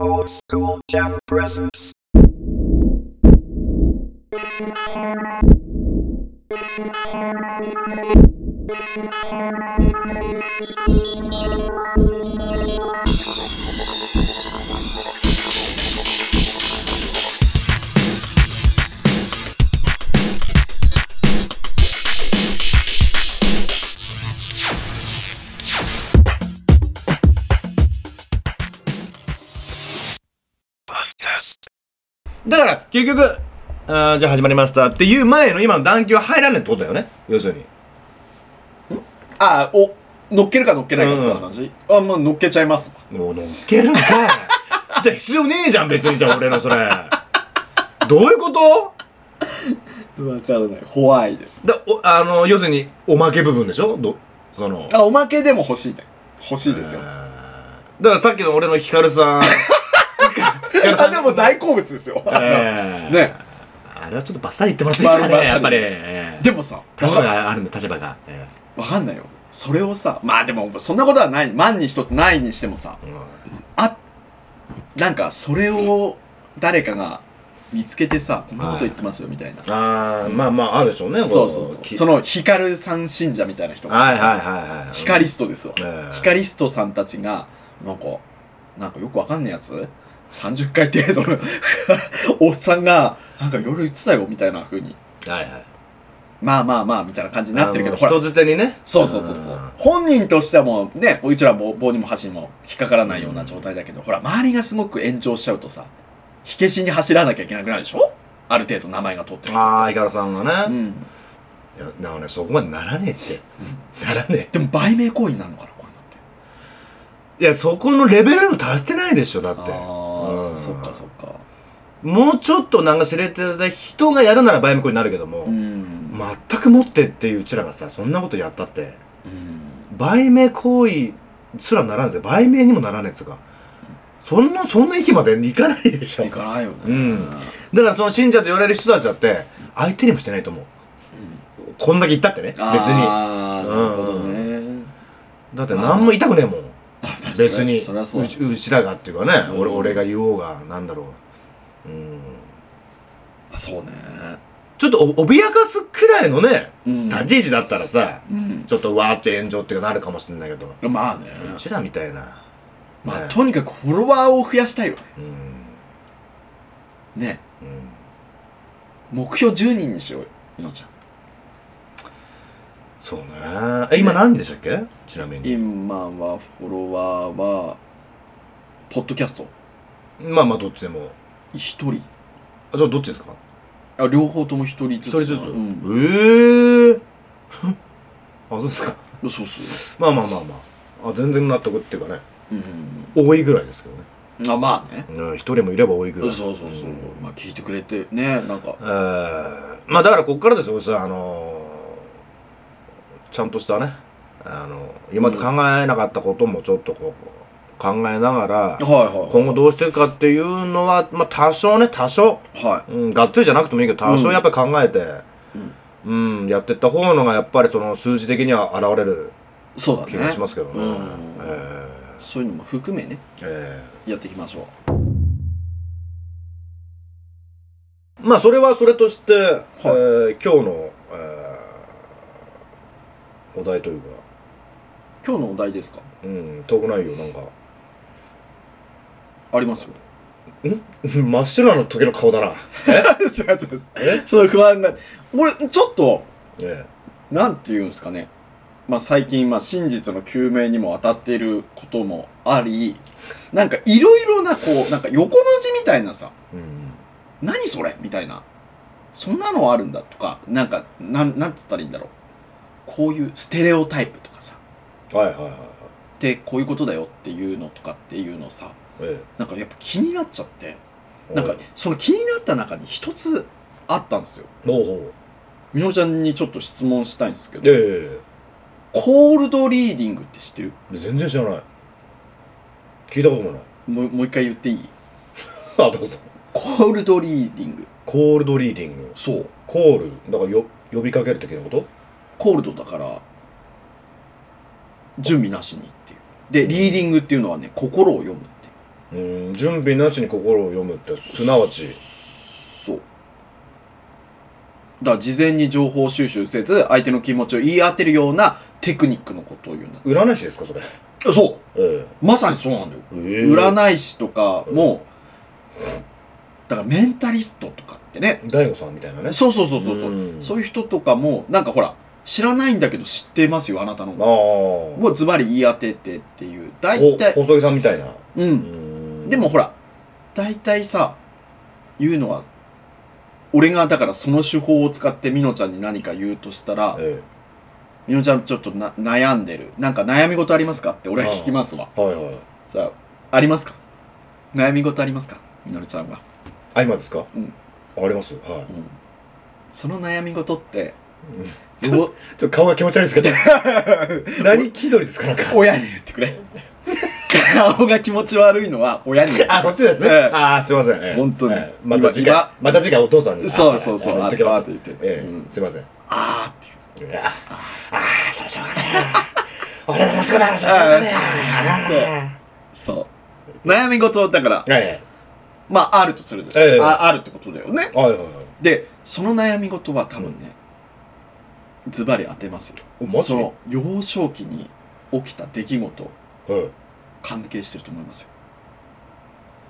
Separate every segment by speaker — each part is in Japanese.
Speaker 1: Old school jam presents. Podcast.
Speaker 2: だから、結局、あーじゃあ始まりましたっていう前の今の段級は入らないってことだよね。要するに。
Speaker 3: あお乗っけるか乗っけないかって話、あもう乗っけちゃいます
Speaker 2: もう乗っけ るのかいじゃあ必要ねえじゃん、別にじゃあ俺のそれ。どういうこと
Speaker 3: わからない怖いです
Speaker 2: だおあの、要するに、おまけ部分でしょどその。
Speaker 3: あおまけでも欲しいね欲しいですよ、
Speaker 2: あーだからさっきの俺のヒカル さん。ヒカルさ
Speaker 3: あ
Speaker 2: ん
Speaker 3: でも大好物ですよ、
Speaker 2: えー
Speaker 3: ね
Speaker 2: あれはちょっとバッサリ言ってもらっていいですか
Speaker 3: バ
Speaker 2: ね、
Speaker 3: ッサリ
Speaker 2: やっぱり。えー
Speaker 3: でもさわ
Speaker 2: 立場
Speaker 3: か
Speaker 2: があるんだ、立場が。え
Speaker 3: わかんないよそれをさまあでもそんなことはない万に一つないにしてもさ
Speaker 2: ーうん
Speaker 3: あなんかそれを誰かが見つけてさこんなこと言ってますよみたいな、
Speaker 2: あー、まあまあ、あるでしょうね、
Speaker 3: そうそう
Speaker 2: こ
Speaker 3: そう
Speaker 2: き
Speaker 3: その光さん信者みたいな人がさ、
Speaker 2: はいはいはいはい。
Speaker 3: ヒカリストですよ、
Speaker 2: ええ
Speaker 3: ヒカリストさんたちが、なんか、なんかよくわかんないやつ ?30 回程度の おっさんが、なんかいろいろ言ってたよ、みたいな風に。
Speaker 2: はいはい。
Speaker 3: まあまあまあ、みたいな感じになってるけど、
Speaker 2: あの
Speaker 3: ほら。
Speaker 2: 人づてにね。
Speaker 3: そうそうそうそう。本人としてはもうね、うちらも棒にも箸にも引っかからないような状態だけど、ほら、周りがすごく炎上しちゃうとさ、火消しに走らなきゃいけなくなるでしょある程度名前が取ってる人
Speaker 2: ああ、井原さんが
Speaker 3: う
Speaker 2: ね。い
Speaker 3: ん。
Speaker 2: や、なおね、そこまでならねえって。ならね
Speaker 3: でも、売名行為になるのかな、こういうのって。
Speaker 2: え。いや、そこのレベルに達してないでしょ、だって。
Speaker 3: あ
Speaker 2: う
Speaker 3: あ、
Speaker 2: ん
Speaker 3: そっかそっか。
Speaker 2: もうちょっとなんか知れてた人がやるなら倍向こうになるけども、
Speaker 3: うん。
Speaker 2: 全くもってっていううちらがさ、そんなことやったって、
Speaker 3: うん
Speaker 2: 売名行為すらならないぜ。売名にもならないっつうか。そんな、そんな域までいかないでしょ。
Speaker 3: 行かないよね。
Speaker 2: うんだからその信者と言われる人たちだって、相手にもしてないと思う。こんだけ言ったってね、別に。
Speaker 3: あーなるほどね。
Speaker 2: だって何も痛くねえもん。別に
Speaker 3: そりゃそう
Speaker 2: うちうちらがっていうかね、
Speaker 3: うん
Speaker 2: 俺俺が言おうがなんだろうがうん
Speaker 3: そうね。
Speaker 2: ちょっとお脅かすくらいのね
Speaker 3: うん
Speaker 2: 立ち位置だったらさ、
Speaker 3: うん
Speaker 2: ちょっとわーって炎上っていうかなるかもしれないけど、
Speaker 3: まあね。
Speaker 2: うちらみたいな
Speaker 3: まあ
Speaker 2: ね
Speaker 3: とにかくフォロワーを増やしたいよね。
Speaker 2: うん
Speaker 3: ね。
Speaker 2: うん
Speaker 3: 目標10人にしようよ。いのちゃん。
Speaker 2: そうねえ今何人でしたっけちなみに
Speaker 3: 今はフォロワーは、ポッドキャスト
Speaker 2: まあまあどっちでも
Speaker 3: 一人。
Speaker 2: あじゃあどっちですか
Speaker 3: あ、両方とも一人ずつ。
Speaker 2: 一人ずつ、
Speaker 3: うん。
Speaker 2: ええー、 あそうですか
Speaker 3: そうそう。
Speaker 2: まあまあまあまああ全然納得っていうかね
Speaker 3: うん。
Speaker 2: 多いぐらいですけどね
Speaker 3: あ、まあね。
Speaker 2: うん一人もいれば多いぐ
Speaker 3: そ
Speaker 2: ら
Speaker 3: う
Speaker 2: い
Speaker 3: そうそう
Speaker 2: う。ん
Speaker 3: まあ聞いてくれて、ね、なんか
Speaker 2: え。ーまあだからこっからですよさあのーちゃんとしたねあの今まで考えなかったこともちょっとこう考えながら
Speaker 3: はいはい。
Speaker 2: 今後どうしていくかっていうのは、まあ、多少ね多少、
Speaker 3: は
Speaker 2: うん、がっつりじゃなくてもいいけど多少やっぱり考えて、うんやってった方のがやっぱりその数字的には現れる
Speaker 3: い。そうだね。
Speaker 2: 気がしますけどね。
Speaker 3: うん
Speaker 2: えー
Speaker 3: そういうのも含めね、
Speaker 2: え
Speaker 3: やっていきましょう。
Speaker 2: ーまあそれはそれとして、えー今日の、えーお題というか。
Speaker 3: 今日のお題ですか
Speaker 2: うん、遠くないよ、なんか。
Speaker 3: ありますよ。
Speaker 2: 真っ白な時の顔だな。
Speaker 3: 違う違う。その不安が。俺、ちょっと、
Speaker 2: え
Speaker 3: なんていうんですかね。まあ最近、まあ真実の究明にも当たっていることもあり、なんかいろいろな、こう、なんか横文字みたいなさ、
Speaker 2: え。うん。
Speaker 3: 何それみたいな。そんなのあるんだとか、なんか、なん、なんつったらいいんだろう。こういうステレオタイプとかさ、
Speaker 2: はいはいはいはい。
Speaker 3: で、こういうことだよっていうのとかっていうのさ、
Speaker 2: え
Speaker 3: なんかやっぱ気になっちゃって。
Speaker 2: え。
Speaker 3: なんかその気になった中に一つあったんですよ
Speaker 2: おう、ほうほう。
Speaker 3: みのちゃんにちょっと質問したいんですけど
Speaker 2: え
Speaker 3: コールドリーディングって知ってる
Speaker 2: え。全然知らない。聞いたこと もない。
Speaker 3: もうもう一回言っていい
Speaker 2: あ、どうぞ。
Speaker 3: コールドリーディング
Speaker 2: コールドリーディング。
Speaker 3: そう
Speaker 2: コール、だからよ呼びかける的なこと
Speaker 3: コールドだから準備なしにっていうでリーディングっていうのはね心を読むっていう
Speaker 2: うん準備なしに心を読むってすなわち
Speaker 3: そうだから事前に情報収集せず相手の気持ちを言い当てるようなテクニックのことを言うんだ
Speaker 2: 占い師ですかそれ
Speaker 3: そう
Speaker 2: え
Speaker 3: まさにそうなんだよ
Speaker 2: え
Speaker 3: 占い師とかも、だからメンタリストとかってね、
Speaker 2: 大悟さんみたいなね
Speaker 3: そうそうそうそうそう、
Speaker 2: うん
Speaker 3: そういう人とかもなんかほら知らないんだけど知ってますよあなたの
Speaker 2: ああ
Speaker 3: もうズバリ言い当ててっていう大体
Speaker 2: 細木さんみたいな
Speaker 3: う
Speaker 2: うんん
Speaker 3: でもほら大体さ言うのは俺がだからその手法を使ってみのちゃんに何か言うとしたら
Speaker 2: え
Speaker 3: みのちゃんちょっとな悩んでるなんか悩み事ありますかって俺は聞きますわ
Speaker 2: えはいはい
Speaker 3: さあありますか悩み事ありますかみのりちゃんは
Speaker 2: あ今ですか
Speaker 3: うん
Speaker 2: ありますは
Speaker 3: うんその悩み事って
Speaker 2: いうん
Speaker 3: どう
Speaker 2: ちょっと顔が気持ち悪いですけ ど何気取りですかなんか
Speaker 3: 親に言ってくれ顔が気持ち悪いのは親に言って
Speaker 2: あ、そっちですね。
Speaker 3: ええ
Speaker 2: あー、すいません。ええ
Speaker 3: 本当に
Speaker 2: ええまた次回
Speaker 3: 今、
Speaker 2: また次回お父さんに。
Speaker 3: そうそうそう
Speaker 2: あええ言
Speaker 3: あ
Speaker 2: っ
Speaker 3: っ
Speaker 2: とき
Speaker 3: て
Speaker 2: ます
Speaker 3: ばーって。言って
Speaker 2: ええ
Speaker 3: うん
Speaker 2: すいません。
Speaker 3: あーっていう
Speaker 2: ああ、それしょうがねえ。俺の息子だから、それしょうがね
Speaker 3: そう悩み事だから
Speaker 2: え。はい
Speaker 3: まああるとするじゃん、
Speaker 2: ええ
Speaker 3: ああるってことだよね
Speaker 2: はいはいはい。
Speaker 3: でその悩み事は多分ね、ズバリ当てますよ
Speaker 2: おマジ
Speaker 3: その幼少期に起きた出来事
Speaker 2: はい
Speaker 3: 関係してると思いますよ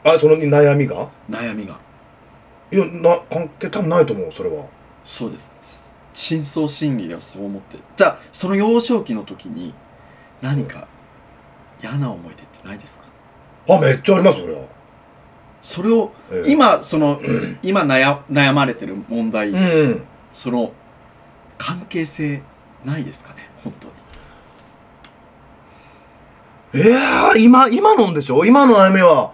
Speaker 2: あ、その悩みが
Speaker 3: 悩みが
Speaker 2: いや、な、関係多分ないと思う、それは。
Speaker 3: そうです深層心理ではそう思ってるじゃあその幼少期の時に何か嫌な思い出ってないですか
Speaker 2: あ、めっちゃあります、それは。
Speaker 3: それを
Speaker 2: ええ、
Speaker 3: 今その今悩悩まれてる問題、
Speaker 2: うん。
Speaker 3: その関係性ないですかね本当に
Speaker 2: ええ、今、今のんでしょ今の悩みは、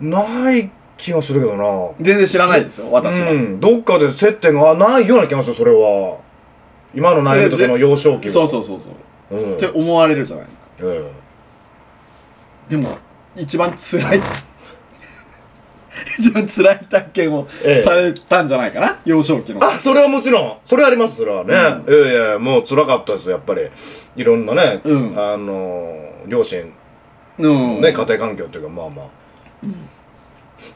Speaker 2: ない気がするけどな。
Speaker 3: 全然知らないですよ私は、
Speaker 2: うん、どっかで接点がないような気がするそれは今の悩みとその幼少期は
Speaker 3: そうそうそうそうっ
Speaker 2: う、うん、
Speaker 3: て
Speaker 2: え
Speaker 3: 思われるじゃないですか
Speaker 2: え
Speaker 3: でも一番辛い一番辛い体験を
Speaker 2: ええ
Speaker 3: されたんじゃないかな、幼少期の
Speaker 2: あそれはもちろんそれはありますそれはね、
Speaker 3: う
Speaker 2: ええええもう辛かったですやっぱりいろんなね、
Speaker 3: うん
Speaker 2: あの両親
Speaker 3: うん
Speaker 2: のね、家庭環境というかまあまあ、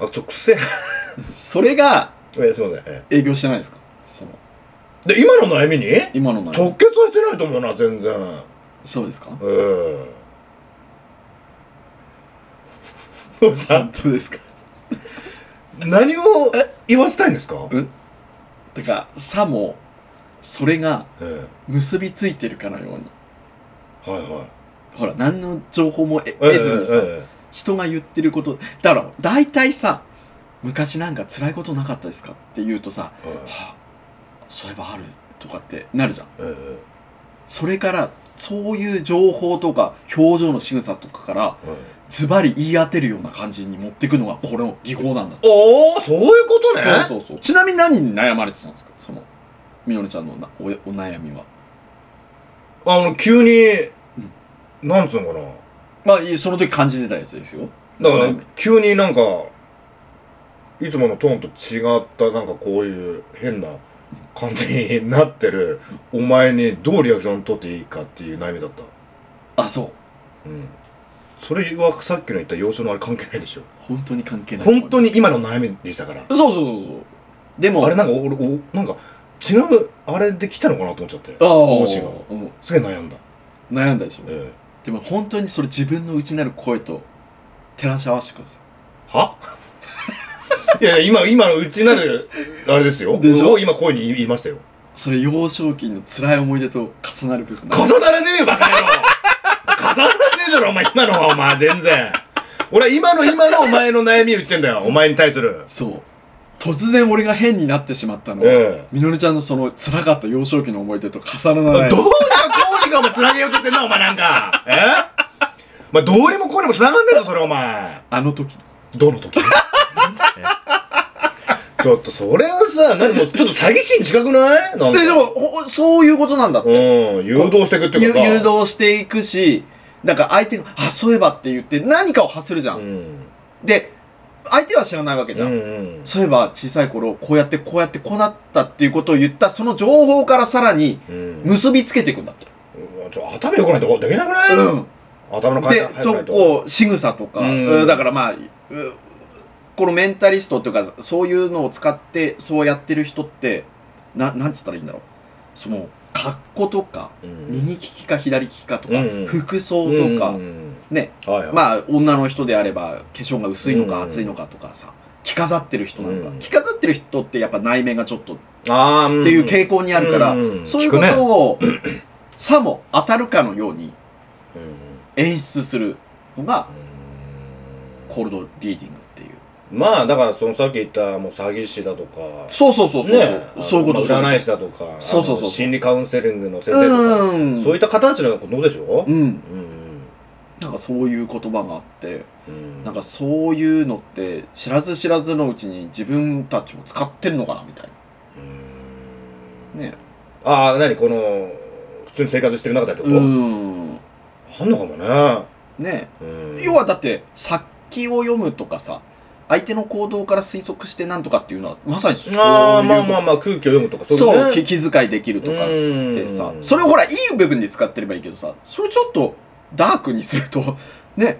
Speaker 2: あちょく せえ
Speaker 3: それが
Speaker 2: ええすいません、え
Speaker 3: 営業してないですかその
Speaker 2: えで今の悩みに
Speaker 3: 今の前
Speaker 2: 直結はしてないと思うな全然
Speaker 3: そうですか
Speaker 2: ええどうした
Speaker 3: 本当ですか
Speaker 2: 何を言わせたいんですか、
Speaker 3: えだからさもそれが
Speaker 2: え
Speaker 3: 結びついてるかのように
Speaker 2: えはいはい
Speaker 3: ほら何の情報も得得ずにさ、
Speaker 2: え
Speaker 3: 人が言ってることだから大体さ昔なんか辛いことなかったですかって言うとさ、
Speaker 2: えええ
Speaker 3: はあ、そういえばあるとかってなるじゃん
Speaker 2: ええ
Speaker 3: それからそういう情報とか表情の仕草とかから
Speaker 2: ええ
Speaker 3: ズバリ言い当てるような感じに持ってくのがこれの技法なんだ
Speaker 2: おおそういうことね
Speaker 3: そうそうそうちなみに何に悩まれてたんですかそのみのりちゃんのなおお悩みは
Speaker 2: あの急に、なんつうのか
Speaker 3: まあいいその時感じてたやつですよ
Speaker 2: なだか
Speaker 3: お
Speaker 2: ら
Speaker 3: 悩み
Speaker 2: 急になんかいつものトーンと違ったなんかこういう変な感じになってるお前にどうリアクション取っていいかっていう悩みだった
Speaker 3: あそう
Speaker 2: うんそれはさっきの言った幼少のあれ関係ないでしょ
Speaker 3: 本当に関係ない
Speaker 2: 本当に今の悩みでしたから
Speaker 3: そうそうそうそうでも
Speaker 2: あれなんか俺おなんか違うあれで来たのかなと思っちゃって
Speaker 3: ああ
Speaker 2: 帽子が
Speaker 3: うん
Speaker 2: すげえ悩んだ
Speaker 3: 悩んだでしょ
Speaker 2: え
Speaker 3: でも本当にそれ自分の内なる声と照らし合わせてくださ
Speaker 2: えは いやいや今今のうちなるあれですよ
Speaker 3: でしょ
Speaker 2: を今声に言いましたよ
Speaker 3: いそれ幼少期の辛い思い出と重なる部分
Speaker 2: 重ならねえよバカ野郎 重ならねえだろお前今のはお前全然俺は今の今のお前の悩みを言ってんだよお前に対する
Speaker 3: そう突然俺が変になってしまったのは、
Speaker 2: え
Speaker 3: みのりちゃんのその辛かった幼少期の思い出と重
Speaker 2: え
Speaker 3: な
Speaker 2: ど
Speaker 3: らな
Speaker 2: うに
Speaker 3: い
Speaker 2: かこうにかお前つなげようとしてんなお前なんかえお前どうにもこうにもつながんねえぞそれお前
Speaker 3: あの時
Speaker 2: どの時ちょっとそれはさ何もうちょっと詐欺師に近くないなんか
Speaker 3: ででもほそういうことなんだって
Speaker 2: うん、誘導していくっていう
Speaker 3: ゆ
Speaker 2: かさ
Speaker 3: 誘導していくしなんか相手が「あそういえば」って言って何かを発するじゃ、
Speaker 2: うんん
Speaker 3: で相手は知らないわけじ
Speaker 2: う
Speaker 3: ゃん、
Speaker 2: んうん
Speaker 3: そういえば小さい頃こうやってこうやってこうなったっていうことを言ったその情報からさらに
Speaker 2: うん
Speaker 3: 結びつけていくんだって
Speaker 2: うわちょ頭良くないとできなくない、
Speaker 3: うん
Speaker 2: 頭の
Speaker 3: で
Speaker 2: 回転
Speaker 3: とこう仕草とか、
Speaker 2: うん
Speaker 3: うんだからまあうこのメンタリストというかそういうのを使ってそうやってる人ってななんつったらいいんだろうその格好とか
Speaker 2: う、うん、
Speaker 3: 右利きか左利きかとか、
Speaker 2: うん
Speaker 3: 服装とか、
Speaker 2: うん
Speaker 3: ね、
Speaker 2: はいはい、
Speaker 3: まあ女の人であれば化粧が薄いの
Speaker 2: うん
Speaker 3: か厚いのかとかさ着飾ってる人なのか、
Speaker 2: うん
Speaker 3: 着飾ってる人ってやっぱ内面がちょっとっ
Speaker 2: あー、
Speaker 3: ていう傾向にあるから、
Speaker 2: ん
Speaker 3: そういうこ
Speaker 2: 聞く
Speaker 3: と
Speaker 2: ね
Speaker 3: を、さも当たるかのように
Speaker 2: うんうん
Speaker 3: 演出するのがコールドリーディングっていう。
Speaker 2: まあだからそのさっき言ったもう詐欺師だとか
Speaker 3: そうそうそうそう。
Speaker 2: ね
Speaker 3: そういうこと
Speaker 2: じゃない
Speaker 3: し。
Speaker 2: 師だとか
Speaker 3: そうそうそう
Speaker 2: あの心理カウンセリングの先
Speaker 3: う
Speaker 2: 生とか
Speaker 3: ん。
Speaker 2: そういった方たちのことでしょ
Speaker 3: うん。
Speaker 2: うん
Speaker 3: なんかそういう言葉があって、
Speaker 2: うん
Speaker 3: なんかそういうのって知らず知らずのうちに自分たちも使ってんのかなみたい
Speaker 2: うん
Speaker 3: な。ね。
Speaker 2: ああ何この普通に生活してる中でってこと
Speaker 3: うん。
Speaker 2: あんのかもね
Speaker 3: ね。
Speaker 2: うん
Speaker 3: 要はだって、殺気を読むとかさ、相手の行動から推測してなんとかっていうのは、まさにそういうこと。
Speaker 2: ああまあまあまあ空気を読むとか
Speaker 3: そう
Speaker 2: いうね
Speaker 3: 気気遣いできるとか。
Speaker 2: うん
Speaker 3: ってさ、それをほらいい部分に使ってればいいけどさそれちょっとダークにすると ね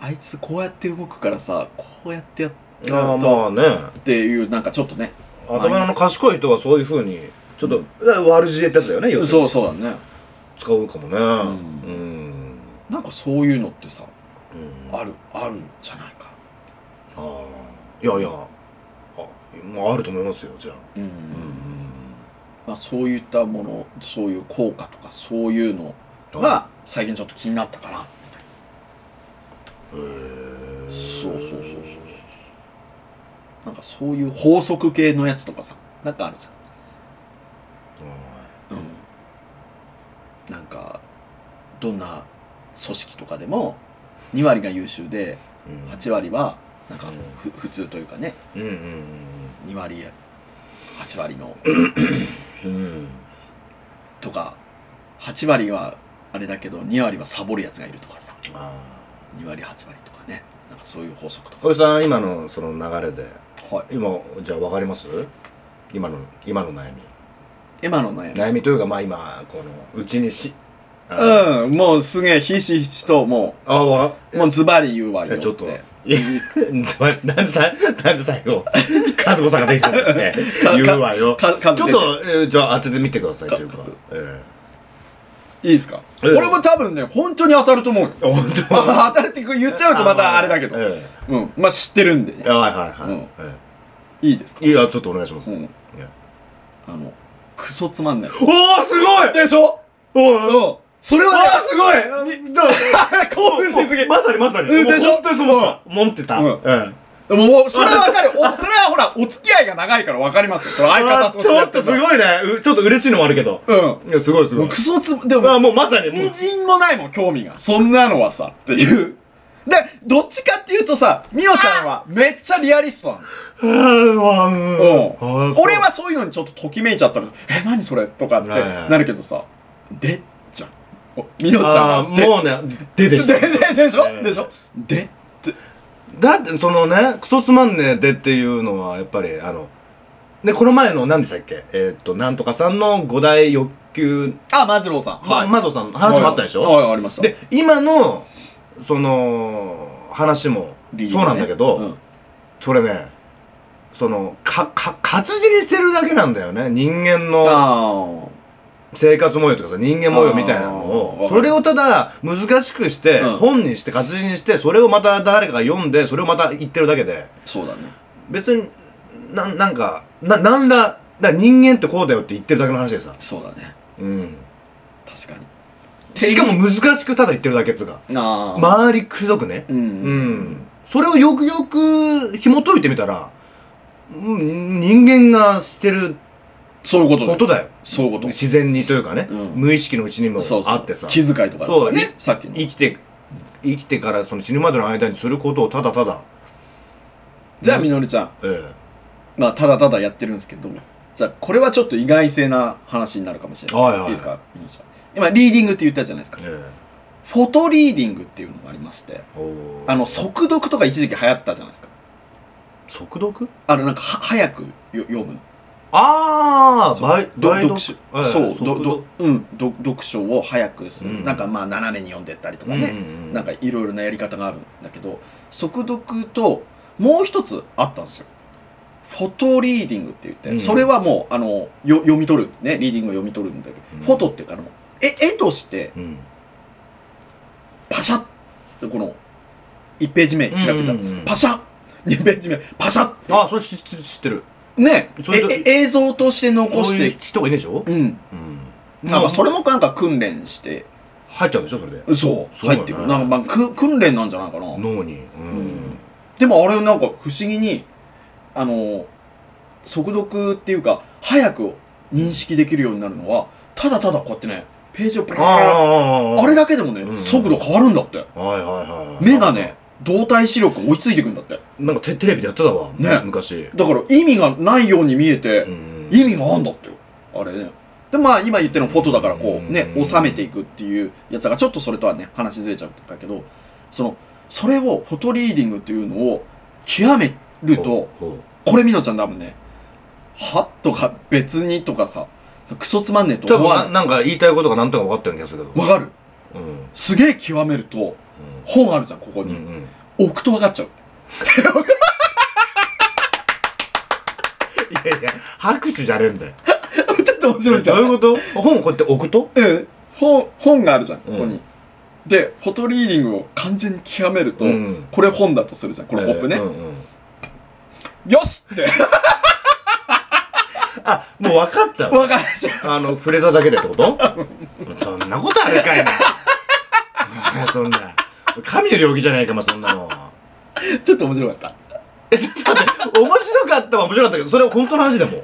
Speaker 3: あいつこうやって動くからさこうやってやっ
Speaker 2: あ
Speaker 3: てる
Speaker 2: ー
Speaker 3: と
Speaker 2: まあね
Speaker 3: っていうなんかちょっとね
Speaker 2: 頭の賢い人がそういうふうにちょっと、悪知恵ってやつだよね要するに
Speaker 3: そうそうだね
Speaker 2: 使うかもねうんん、
Speaker 3: なんかそういうのってさ
Speaker 2: うん、
Speaker 3: あるあるんじゃないか
Speaker 2: あーいやいやあ,、まあ、あると思いますよじゃあ
Speaker 3: うん、
Speaker 2: う
Speaker 3: まあ、そういったものそういう効果とかそういうの
Speaker 2: ん
Speaker 3: が最近ちょっと気になったかな
Speaker 2: へー
Speaker 3: そうそうそうそうなんかそういう法則系のやつとかさなんかあるじゃん
Speaker 2: う
Speaker 3: うん、なんかどんな組織とかでも2割が優秀で
Speaker 2: ん
Speaker 3: 8割はなんか
Speaker 2: うん
Speaker 3: ふ普通というかね
Speaker 2: うんうん
Speaker 3: 2割8割の
Speaker 2: うんうん
Speaker 3: とか8割はあれだけど2割はサボるやつがいるとかさ
Speaker 2: あ
Speaker 3: 2割8割とかねなんかそういう法則と
Speaker 2: ー
Speaker 3: か
Speaker 2: おじさん今のその流れで
Speaker 3: はい
Speaker 2: 今じゃあ分かります今の今の悩み
Speaker 3: エマの悩み
Speaker 2: 悩みというかまあ今このうちにしあん
Speaker 3: うんもうすげえひしひしとも
Speaker 2: あーわか
Speaker 3: うもうズバリ言うわよ
Speaker 2: え
Speaker 3: って
Speaker 2: ちょっとい
Speaker 3: い
Speaker 2: や
Speaker 3: いっすか
Speaker 2: なんでさ、なんで最後、和子さんができたんだね。
Speaker 3: か
Speaker 2: 言うわよ。ち
Speaker 3: か
Speaker 2: ょ
Speaker 3: か
Speaker 2: っと、えーじゃあ当ててみてください
Speaker 3: か
Speaker 2: というか
Speaker 3: かず。
Speaker 2: え
Speaker 3: いいですか、
Speaker 2: ええ
Speaker 3: これも多分ね本当に当たると 思うよ
Speaker 2: え本当
Speaker 3: あ当たるって言っちゃうとまたあれだけど、
Speaker 2: え
Speaker 3: うん、まあ知ってるんでね
Speaker 2: えはいはいは
Speaker 3: うん
Speaker 2: いえ
Speaker 3: いいですか
Speaker 2: え。いや、ちょっとお願いします。
Speaker 3: う
Speaker 2: お
Speaker 3: んあのクソつまんない
Speaker 2: おーすごい
Speaker 3: でしょ
Speaker 2: おお
Speaker 3: うんそれはね
Speaker 2: すごい に
Speaker 3: 興奮しすぎ
Speaker 2: まさにまさに。
Speaker 3: うんでし
Speaker 2: もう
Speaker 3: ょ
Speaker 2: 本当にそう思った。持ってた。
Speaker 3: うん
Speaker 2: うん
Speaker 3: もうそれはわかるおそれはほらお付き合いが長いからわかりますよその相
Speaker 2: あ
Speaker 3: 方
Speaker 2: ち
Speaker 3: としてや
Speaker 2: ょってと
Speaker 3: た
Speaker 2: すごいね。うちょっと嬉しいのもあるけど。いや、すごいす
Speaker 3: うんも
Speaker 2: ご
Speaker 3: う
Speaker 2: い。
Speaker 3: クソつで
Speaker 2: あ
Speaker 3: も
Speaker 2: もうまさに。もう
Speaker 3: みじんもないもん興味がそんなのはさっていうでどっちかっていうとさみおちゃんはめっちゃリアリストなの
Speaker 2: あーうわうんあーそう
Speaker 3: 俺はそういうのにちょっとときめいちゃったら「え何それ?」とかって
Speaker 2: はいはい
Speaker 3: なるけどさ「で」じゃんおみのちゃん
Speaker 2: あ
Speaker 3: は
Speaker 2: ーもうね、出てき
Speaker 3: で
Speaker 2: た
Speaker 3: で。ででしょ、
Speaker 2: ええ
Speaker 3: でしょで
Speaker 2: だってそのねクソつまんねえでっていうのはやっぱりあのでこの前の何でしたっけえーっ、となんとかさんの五大欲求、
Speaker 3: あマズローさん
Speaker 2: まマゾさんの話もあったでしょ、
Speaker 3: はいはいありました
Speaker 2: で今のその話も
Speaker 3: リー
Speaker 2: そ
Speaker 3: ダーね
Speaker 2: うなんだけど、
Speaker 3: うん
Speaker 2: それねそのかか活字にしてるだけなんだよね人間の
Speaker 3: あ
Speaker 2: 生活模様とかさ人間模様みたいなのを
Speaker 3: あー
Speaker 2: それをただ難しくして、
Speaker 3: うん
Speaker 2: 本にして活字にしてそれをまた誰かが読んでそれをまた言ってるだけで。
Speaker 3: あそうだね
Speaker 2: 別にななんかななんらだから人間ってこうだよって言ってるだけの話でさ、
Speaker 3: そうだね
Speaker 2: うん、
Speaker 3: 確かに
Speaker 2: しかも難しくただ言ってるだけっつうか
Speaker 3: ああ
Speaker 2: 周りくどくね
Speaker 3: うん、
Speaker 2: うん、それをよくよく紐解いてみたら、うん、人間がしてる
Speaker 3: そういうことだ
Speaker 2: こ
Speaker 3: よ
Speaker 2: とだよ
Speaker 3: そういうこと
Speaker 2: 自然にというかね、
Speaker 3: うん
Speaker 2: 無意識のうちにも
Speaker 3: そうそう
Speaker 2: あってさ
Speaker 3: 気遣いとか
Speaker 2: そう
Speaker 3: ねさっきの
Speaker 2: 生きて生きてからその死ぬまでの間にすることをただただ、
Speaker 3: じゃあみのりちゃん
Speaker 2: え
Speaker 3: まあ、ただただやってるんですけど、じゃあ、これはちょっと意外性な話になるかもしれないで
Speaker 2: は
Speaker 3: す。
Speaker 2: いはい
Speaker 3: いですかみのりちゃん今、リーディングって言ったじゃないですか
Speaker 2: え。え
Speaker 3: フォトリーディングっていうのがありまして、
Speaker 2: えおー
Speaker 3: あの、速読とか一時期流行ったじゃないですか。
Speaker 2: 速読
Speaker 3: あの、なんかは、早くよ読む。
Speaker 2: あああ、
Speaker 3: そう
Speaker 2: バイ
Speaker 3: ど
Speaker 2: バイド
Speaker 3: 読書そうどど、うん、ど読書を早くする、
Speaker 2: うん
Speaker 3: なんかまあ斜めに読んでったりと
Speaker 2: う
Speaker 3: か
Speaker 2: ん
Speaker 3: ね、
Speaker 2: うん
Speaker 3: なんかいろいろなやり方があるんだけど速読ともう一つあったんですよフォトリーディングって言って、
Speaker 2: うん
Speaker 3: それはもうあのよ読み取るねリーディングを読み取るんだけど、
Speaker 2: うん
Speaker 3: フォトっていうかあのえ絵として
Speaker 2: うん、
Speaker 3: パシャッとこの1ページ目開けたら、
Speaker 2: うんうんうん
Speaker 3: パシャッ2ページ目パシャッ
Speaker 2: ああ、それ知ってる知ってる。
Speaker 3: ね
Speaker 2: それで
Speaker 3: ええ映像として残
Speaker 2: こうい
Speaker 3: し
Speaker 2: う
Speaker 3: て
Speaker 2: 人がいるでしょ、
Speaker 3: うん
Speaker 2: うん、
Speaker 3: なんかそれもなんか訓練して
Speaker 2: 入っちゃうでしょ、それで。
Speaker 3: そう
Speaker 2: そうだ
Speaker 3: 入
Speaker 2: よね
Speaker 3: ってくるなんかまあく訓練なんじゃないかな
Speaker 2: 脳に。う
Speaker 3: うんでもあれなんか不思議にあの速読っていうか早く認識できるようになるのはただただこうやってねページをブ
Speaker 2: ああ
Speaker 3: ラー
Speaker 2: あああ
Speaker 3: あれだけでもね、
Speaker 2: うん
Speaker 3: 速度変わるんだって
Speaker 2: はいはいはい。
Speaker 3: 目がね動体視力追いついてくんだって
Speaker 2: なんかテテレビでやってたわ、
Speaker 3: ね
Speaker 2: 昔。
Speaker 3: だから意味がないように見えて、
Speaker 2: ん
Speaker 3: 意味があんだってよあれねでまあ今言ってるのフォトだからこうね
Speaker 2: うん
Speaker 3: 収めていくっていうやつがちょっとそれとはね話ずれちゃったけどそのそれをフォトリーディングっていうのを極めると、
Speaker 2: ほうほう
Speaker 3: これみのちゃん多分ね、はとか別にとかさ、クソつまんねえと
Speaker 2: 多
Speaker 3: 思
Speaker 2: 分
Speaker 3: わ
Speaker 2: な
Speaker 3: ない。
Speaker 2: なんか言いたいことがなんとか分かったような気がするけど。
Speaker 3: わかる
Speaker 2: うん。うん
Speaker 3: すげえ極めると、本あるじゃん、ここ
Speaker 2: うん
Speaker 3: に。
Speaker 2: うん
Speaker 3: 置くと分かっちゃう。
Speaker 2: いやいや、拍手じゃねえんだよ。
Speaker 3: ちょっと面白いじゃ。
Speaker 2: どういうんこと本をこうやって置くと
Speaker 3: うん。本、本があるじゃん、ここ
Speaker 2: う
Speaker 3: に。で、フォトリーディングを完全に極めると、
Speaker 2: ん。
Speaker 3: これ本だとするじゃん、これコップね。
Speaker 2: えーうんうん
Speaker 3: よし って、
Speaker 2: あ、もう分かっちゃう。
Speaker 3: 分かっちゃう。
Speaker 2: あの、触れただけでってことそんなことあるかいな。お前そんな。神の領域じゃないか、ま、そんなの。
Speaker 3: ちょっと面白かった。
Speaker 2: え、ちょっと待って、面白かったは面白かったけど、それは本当の話でも。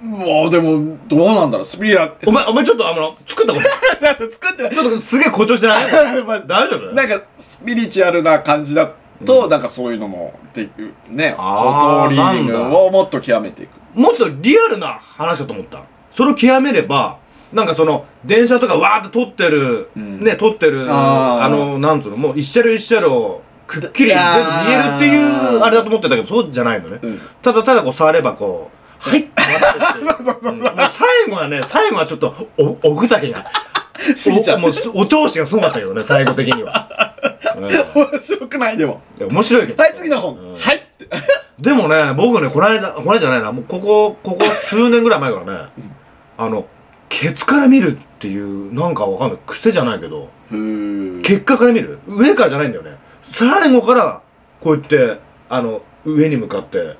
Speaker 3: もう、でも、どうなんだろう、スピリア、
Speaker 2: お前、お前ちょっとあの、作ったこと、
Speaker 3: ちょっと作ってな い
Speaker 2: ちょっとすげえ誇張してない
Speaker 3: まあ
Speaker 2: 大丈夫
Speaker 3: なんかスピリチュアルな感じだと、
Speaker 2: うん
Speaker 3: なんかそういうのもっていうね
Speaker 2: あー
Speaker 3: フォトリーディン
Speaker 2: なん
Speaker 3: グ
Speaker 2: だ
Speaker 3: をもっと極めていく
Speaker 2: もっとリアルな話だと思った。それを極めれば、なんかその、電車とかわーって撮ってる、
Speaker 3: うん
Speaker 2: ね、撮ってる、
Speaker 3: あー
Speaker 2: あの、なんつうの、もう一車両一車両、くっきり全部見えるっていう、あれだと思ってたけど、そうじゃないのね。
Speaker 3: うん
Speaker 2: ただただこう触ればこう、 はいうんもう最後はね、最後はちょっと、お、おぐだけが。
Speaker 3: 過ぎちゃ
Speaker 2: お
Speaker 3: う
Speaker 2: もう、お調子がすごかったけどね、最後的には。 うん
Speaker 3: 面白くないでも
Speaker 2: いや面白いけど。
Speaker 3: はい次の本、
Speaker 2: うん
Speaker 3: はいって
Speaker 2: でもね、僕ね、この間、この間じゃないな、もうここ、ここ数年ぐらい前からね、あの、ケツから見るっていう、なんかわかんない、癖じゃないけど、
Speaker 3: へ
Speaker 2: 結果から見る上からじゃないんだよね。さらに後から、こうやって、あの、上に向かって、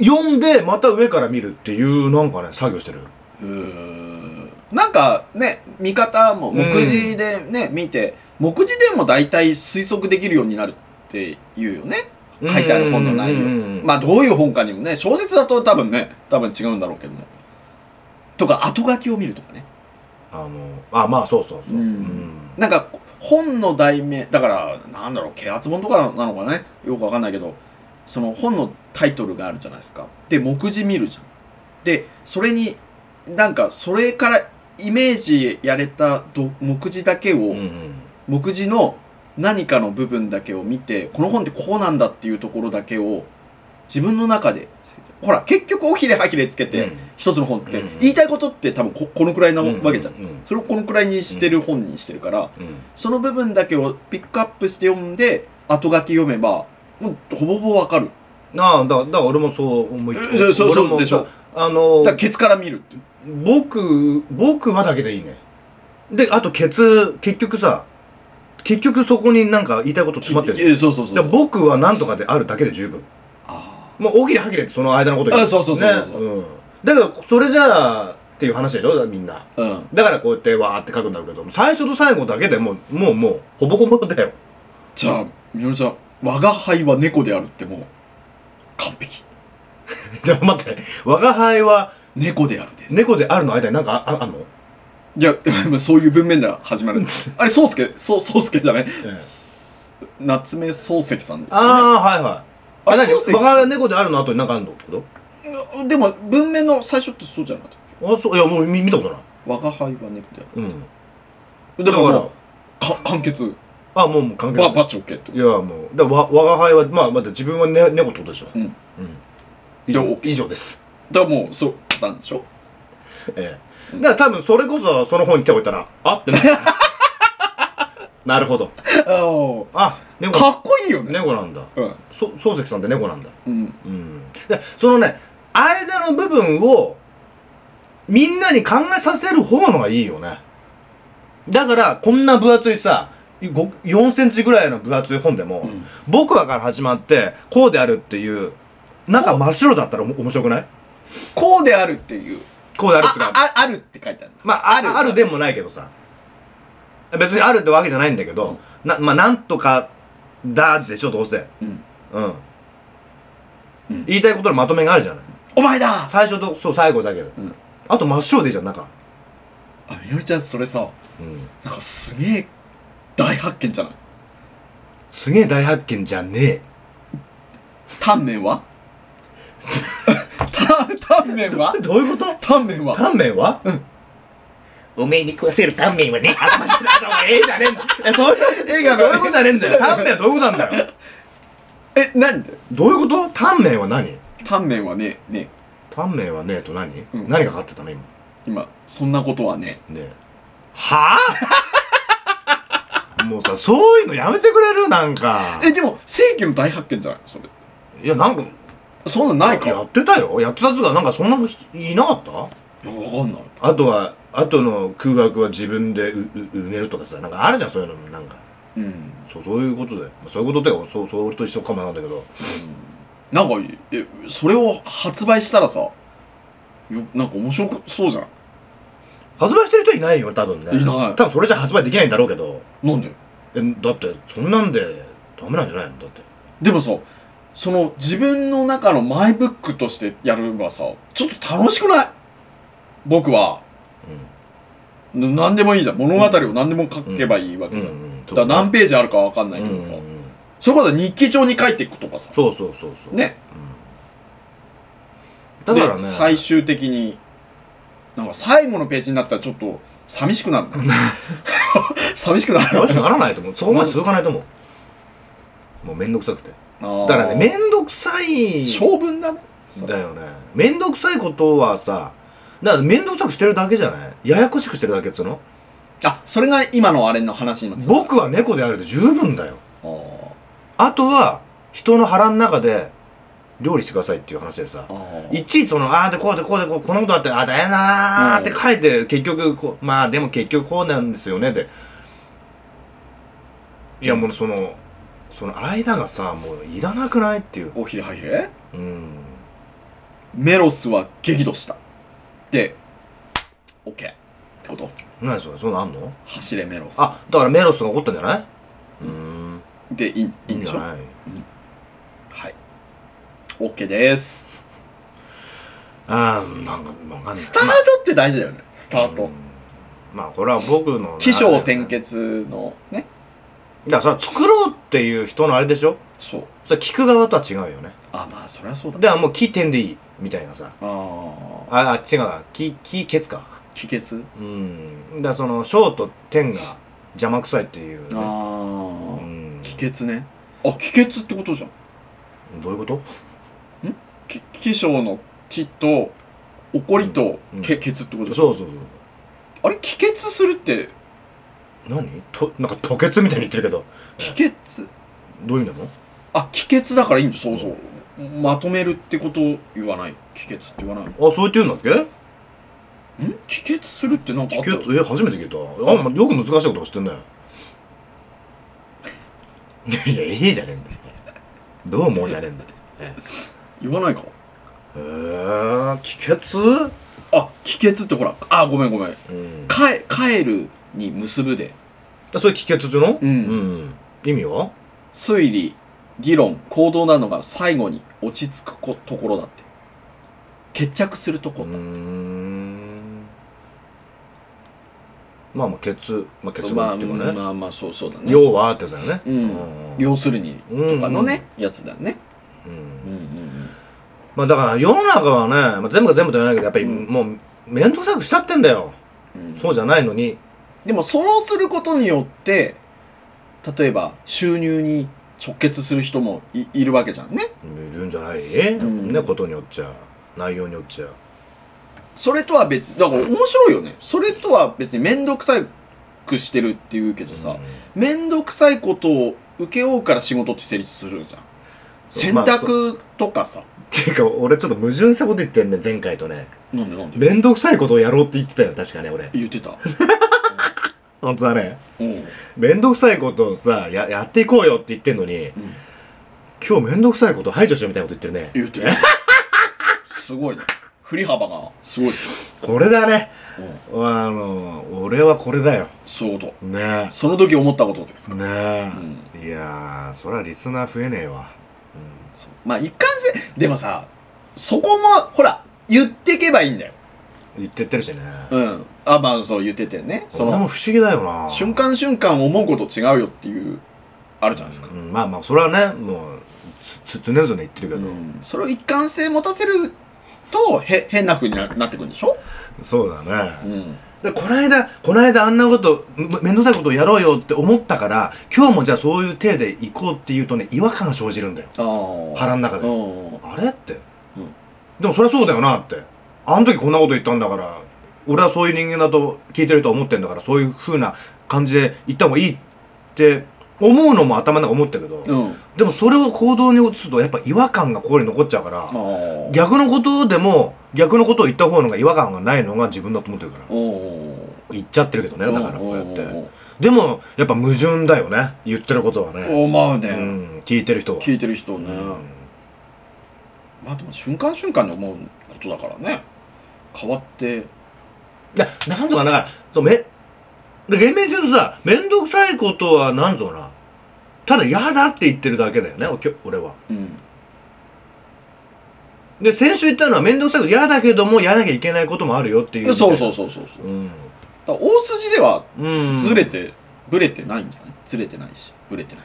Speaker 2: 読んで、また上から見るっていう、なんかね、作業してる。
Speaker 3: なんかね見方も目次でね、見て目次でも大体推測できるようになるっていうよね書いてある本の内容
Speaker 2: 容
Speaker 3: まあどういう本かにもね小説だと多分ね多分違うんだろうけどもとか後書きを見るとかね
Speaker 2: あの、あ、まあ、そうそうそう。
Speaker 3: うんなんか本の題名だからなんだろう啓発本とかなのかねよくわかんないけどその本のタイトルがあるじゃないですかで目次見るじゃんでそれになんかそれからイメージやれたど目次だけを、
Speaker 2: うんうん
Speaker 3: 目次の何かの部分だけを見てこの本ってこうなんだっていうところだけを自分の中でほら結局尾ひれはひれつけて、
Speaker 2: うん
Speaker 3: 一つの本って、
Speaker 2: うん
Speaker 3: 言いたいことって多分ここのくらいなわけじゃん、
Speaker 2: うんうん
Speaker 3: それをこのくらいにしてる本にしてるから、
Speaker 2: うん
Speaker 3: その部分だけをピックアップして読んで、後書き読めば、もうほぼほぼわかる。
Speaker 2: ああだだから俺もそう思い
Speaker 3: えそうそう
Speaker 2: 俺も
Speaker 3: そうでしょ
Speaker 2: あ
Speaker 3: だ
Speaker 2: の
Speaker 3: からケツから見るって。
Speaker 2: 僕僕はだけでいいねであとケツ結局さ結局そこになんか言いたいこと詰まってる
Speaker 3: えそうそうそう。
Speaker 2: だから僕はなんとかであるだけで十分
Speaker 3: あ
Speaker 2: もう大きりはぎれってその間のこと
Speaker 3: あそうそうそう
Speaker 2: ね
Speaker 3: そう
Speaker 2: うん、だけどそれじゃあっていう話でしょだからみんな
Speaker 3: あ。うん。
Speaker 2: だからこうやってわーって書くんだろうけど最初と最後だけでもうもうもうほぼほぼだよ
Speaker 3: じゃあ、みのりちゃん、我が輩は猫であるってもう、完璧。
Speaker 2: でも待って我輩は
Speaker 3: 猫であるです。
Speaker 2: 猫であるの間になんかああんの、
Speaker 3: いや、 まあそういう文面では 始まる。あれ、宗介、そう、宗介じゃない
Speaker 2: ええ
Speaker 3: 夏目漱石さんですよね。
Speaker 2: ああ、はいはい。あ、なに
Speaker 3: れ、漱石
Speaker 2: バカ猫であるの後に何かあるのってこ
Speaker 3: でも、文面の最初ってそうじゃなかった。
Speaker 2: とあ、そう、いや、もう見見たことない。
Speaker 3: 我が輩は猫であ
Speaker 2: うん。
Speaker 3: る。
Speaker 2: だ
Speaker 3: だから
Speaker 2: から
Speaker 3: も、う、か完結。
Speaker 2: あ、もうもう関係
Speaker 3: ば、
Speaker 2: ない。
Speaker 3: ばち OK って
Speaker 2: い。や、もう、だからわ我が輩は、まあ、まだ自分はね、猫ってことでしょ。
Speaker 3: うん。
Speaker 2: うん。以
Speaker 3: いや
Speaker 2: 上
Speaker 3: OK
Speaker 2: 以上です。
Speaker 3: だからもうそうなんでしょ
Speaker 2: ええだから多分それこそその本に手を置いたらあってな なるほど
Speaker 3: あ
Speaker 2: あ猫
Speaker 3: かっこいいよね
Speaker 2: 猫なんだ
Speaker 3: うん
Speaker 2: そ漱石さんって猫なんだ
Speaker 3: うん
Speaker 2: うんでそのね間の部分をみんなに考えさせる方のがいいよねだからこんな分厚いさご4センチぐらいの分厚い本でも、
Speaker 3: うん
Speaker 2: 僕はから始まってこうであるっていう中真っ白だったらおも面白くない
Speaker 3: こうであるっていう
Speaker 2: こうであ
Speaker 3: あ
Speaker 2: るっていうか
Speaker 3: あああるって書いてあるんだ
Speaker 2: まああ
Speaker 3: ある
Speaker 2: るあるでもないけどさ別にあるってわけじゃないんだけど、なまあなんとかだでしょどうせ
Speaker 3: うん
Speaker 2: うん、
Speaker 3: うん
Speaker 2: 言いたいことのまとめがあるじゃない
Speaker 3: お前だ
Speaker 2: 最初とそう最後だけど、
Speaker 3: うん
Speaker 2: あと真っ白でいいじゃん中
Speaker 3: あみのりちゃんそれさ
Speaker 2: うん
Speaker 3: なんかすげえ大発見じゃない
Speaker 2: すげえ大発見じゃね
Speaker 3: タンメンはタン タンメンは
Speaker 2: え どういうこと
Speaker 3: タンメンは
Speaker 2: タンメンはおめえに食わせるタンメンはね頭じゃ頭ええじゃねえんだ えそういう映画そういうことじゃねえんだよタンメンはどういうことなんだよ
Speaker 3: えなんで
Speaker 2: どういうことタンメンは何
Speaker 3: タンメンはねね
Speaker 2: タンメンはねえと何、
Speaker 3: うん
Speaker 2: 何がかかってたの今
Speaker 3: 今そんなことはね
Speaker 2: ねえはあ もうさそういうのやめてくれるなんか
Speaker 3: えでも世紀の大発見じゃないそれ
Speaker 2: いやなんか
Speaker 3: そんなんないか
Speaker 2: やってたよやってたやつがなんかそんな人いなかった
Speaker 3: いやわかんない
Speaker 2: あとは、あとの空白は自分でうう埋めるとかさ、なんかあるじゃん、そういうのも。なんか、
Speaker 3: うん、
Speaker 2: そうそういうことで。まあそういうことってか、そう、それと一緒かもなんだけど。
Speaker 3: なんかえそれを発売したらさよなんか面白くそうじゃん
Speaker 2: 発売してる人いないよ、多分ね。
Speaker 3: いない
Speaker 2: 多分それじゃ発売できないんだろうけど。
Speaker 3: なんで
Speaker 2: え、だって、そんなんで、ダメなんじゃないのだって。
Speaker 3: でもさその自分の中のマイブックとしてやればさちょっと楽しくない僕はな何でもいいじゃん物語を何でも書けばいいわ
Speaker 2: うん。
Speaker 3: けじゃん、
Speaker 2: うんうん。
Speaker 3: だから何
Speaker 2: ペ
Speaker 3: ページあるかわかんないけどさ、それこそ日記帳に書いていくとかさ
Speaker 2: そうそうそうそう。
Speaker 3: ね
Speaker 2: うん。だからね。
Speaker 3: で最終的になんか最後のページになったらちょっと寂しくなる ね寂しくなる
Speaker 2: 楽しくならないと思う。そこまで続かないと思う。もうめんどくさくて。
Speaker 3: だ
Speaker 2: だからね、めんどくさい。
Speaker 3: 性分だねそれ
Speaker 2: だよねめんどくさいことはさだからめんどくさくしてるだけじゃないややこしくしてるだけっつうの
Speaker 3: あそれが今のあれの話になってた
Speaker 2: 僕は猫であるで十分だよ
Speaker 3: あー
Speaker 2: あとは人の腹の中で料理してくださいっていう話でさ
Speaker 3: あー
Speaker 2: いちいちそのああでこうでこうでこうこのことあってああだよなーって書いて結局こうまあでも結局こうなんですよねでいやもうそのその間がさもういらなくないっていう
Speaker 3: おひれはひれ
Speaker 2: うん
Speaker 3: メロスは激怒したで OK ってこと
Speaker 2: 何それそんなんあんの
Speaker 3: 走れメロス
Speaker 2: あだからメロスが怒ったんじゃないうーん
Speaker 3: でいいいいんでしょ
Speaker 2: ない
Speaker 3: はい OK です
Speaker 2: あーなんかわかんない
Speaker 3: スタートって大事だよねスター
Speaker 2: う
Speaker 3: ト
Speaker 2: んまあこれは僕の
Speaker 3: 起承転
Speaker 2: だか
Speaker 3: 結のね
Speaker 2: らそれは作ろうっていう人のあれでしょ
Speaker 3: そう
Speaker 2: それ聞く側とは違うよね
Speaker 3: あまあそりゃそうだ
Speaker 2: ではもう「起点」でいいみたいなさ
Speaker 3: ああ
Speaker 2: ああ違うな「起」「起」「ケツ」か
Speaker 3: 気欠す
Speaker 2: うんだからその「小」と「点」が邪魔くさいっていう
Speaker 3: あ
Speaker 2: ねう
Speaker 3: あ
Speaker 2: ん
Speaker 3: 気欠ねあ気欠ってことじゃん
Speaker 2: どういうこと
Speaker 3: き気象の気と怒りと
Speaker 2: うん
Speaker 3: け欠ってことじゃん
Speaker 2: そうそうそう
Speaker 3: あれ気欠するって
Speaker 2: 何となんか吐血みたいに言ってるけど
Speaker 3: 気欠
Speaker 2: どういう意味なの
Speaker 3: あ気欠だからいいんだそうそうまとめるってこと言わない気欠って言わないん
Speaker 2: あそう言ってるんだっ
Speaker 3: 気欠するってなんか
Speaker 2: け
Speaker 3: あ
Speaker 2: 気
Speaker 3: ったよ
Speaker 2: 血え初めて聞いたあ、まあ、よく難しいことも知ってんね いやいやええじゃねえんだよどうもじゃねえんだよ
Speaker 3: 言わないか
Speaker 2: へえ気血う
Speaker 3: あ気欠ってほらあごめんごめん
Speaker 2: ん
Speaker 3: 帰帰るに結ぶで
Speaker 2: あそれ気血っていうの
Speaker 3: うん
Speaker 2: ん意味は
Speaker 3: 推理議論行動などが最後に落ち着くこところだって決着するとこ
Speaker 2: うー
Speaker 3: だ、
Speaker 2: んまあまあ血まあ血
Speaker 3: ま
Speaker 2: 論
Speaker 3: あ
Speaker 2: っていうかね、
Speaker 3: まあまあそうそうだね
Speaker 2: 要はってやつだよね
Speaker 3: うん、要するに
Speaker 2: うん
Speaker 3: とかのね、やつだね、
Speaker 2: うん
Speaker 3: うんうん
Speaker 2: まあだから世の中はね、まあ、全部が全部じゃないけどやっぱり
Speaker 3: うん
Speaker 2: もう面倒くさくしちゃってんだよ、
Speaker 3: うん
Speaker 2: そうじゃないのに
Speaker 3: でもそうすることによって例えば収入に直結する人もいいるわけじゃんね
Speaker 2: いるんじゃない、
Speaker 3: ん
Speaker 2: ねことによっちゃ内容によっちゃ
Speaker 3: それとは別だから面白いよねそれとは別に面倒くさくしてるって言うけどさ、面倒くさいことを請け負うから仕事って成立するじゃん
Speaker 2: そう
Speaker 3: 洗
Speaker 2: まあ
Speaker 3: 濯とかさ、
Speaker 2: ていうか俺ちょっと矛盾したこと言ってんね前回とね
Speaker 3: なんでなんで
Speaker 2: 面倒くさいことをやろうって言ってたよ確かね俺
Speaker 3: 言ってた
Speaker 2: 本当だね
Speaker 3: うん、うん
Speaker 2: 面倒くさいことをさややっていこうよって言ってんのに今日面倒くさいこと排除しようみたいなこと言ってるね
Speaker 3: 言ってるすごいね振り幅がすごいですよ、
Speaker 2: これだね
Speaker 3: うん、
Speaker 2: あの俺はこれだよ
Speaker 3: そういうこと
Speaker 2: ね
Speaker 3: その時思ったことです
Speaker 2: え
Speaker 3: か、
Speaker 2: ねえ、いやーそりゃリスナー増えねえわ、
Speaker 3: そうまあ一貫性でもさそこもほら言ってけばいいんだよ
Speaker 2: うん、言ってってるしね、
Speaker 3: うんあまあそう言っててねそ
Speaker 2: それも
Speaker 3: の
Speaker 2: 不思議だよな
Speaker 3: 瞬間瞬間思うこと違うよっていうあるじゃないですか、
Speaker 2: うん、まあまあそれはねもうつつ常々言ってるけど、
Speaker 3: うんそれを一貫性持たせるとへ変な風にななってくるんでしょ、
Speaker 2: そうだね
Speaker 3: うん、
Speaker 2: でこの間この間あんなことめめんどくさいことをやろうよって思ったから今日もじゃあそういう体で行こうっていうとね違和感が生じるんだよ
Speaker 3: ああ
Speaker 2: 腹の中で、
Speaker 3: うん
Speaker 2: あれって、
Speaker 3: うん
Speaker 2: でもそりゃそうだよなってあの時こんなこと言ったんだから俺はそういう人間だと聞いてると思ってんだからそういう風な感じで言った方がいいって思うのも頭の中思ったけど、
Speaker 3: うん
Speaker 2: でもそれを行動に移すとやっぱ違和感がここに残っちゃうから、
Speaker 3: ああ
Speaker 2: 逆のことでも逆のことを言った方のが違和感がないのが自分だと思ってるから
Speaker 3: お
Speaker 2: 言っちゃってるけどねだからこうやっ
Speaker 3: お
Speaker 2: て
Speaker 3: ー
Speaker 2: でもやっぱ矛盾だよね言ってることはね、
Speaker 3: おーまあ
Speaker 2: う
Speaker 3: ね、
Speaker 2: ん、聞いてる人は
Speaker 3: 聞いてる人ね、
Speaker 2: うん
Speaker 3: まあでも瞬間瞬間に思うことだからね変わって
Speaker 2: いやなんとかだからそうめで厳密に言うとさ面倒くさいことはなんぞなただ嫌だって言ってるだけだよねおきょ俺は
Speaker 3: うん
Speaker 2: で先週言ったのは面倒くさいこと嫌だけどもやらなきゃいけないこともあるよっていう
Speaker 3: そうそうそうそうそう
Speaker 2: うん、
Speaker 3: だから大筋では
Speaker 2: うん、
Speaker 3: ずれて、ブレてないんじゃないずれてないしブレてない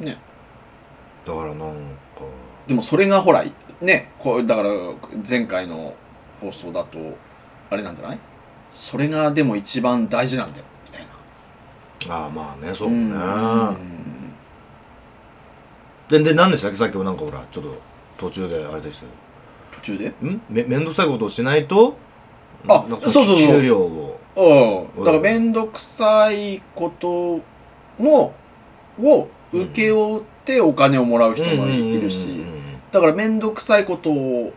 Speaker 2: だからなんか
Speaker 3: でもそれがほらねこうだから前回の放送だとあれなんじゃないそれがでも一番大事なんだよみたいな
Speaker 2: ああまあねそうね、
Speaker 3: んうん
Speaker 2: でで何でしたっけさっきもなんかほらちょっと途中であれでしたよ
Speaker 3: 途中で
Speaker 2: んめ面倒くさいことをしないと
Speaker 3: あ
Speaker 2: なんか
Speaker 3: そうそうそう
Speaker 2: 給料を
Speaker 3: うんだから面倒くさいことのを請け負ってお金をもらう人もいいるし、
Speaker 2: うんうんうんうん
Speaker 3: だから面倒くさいことを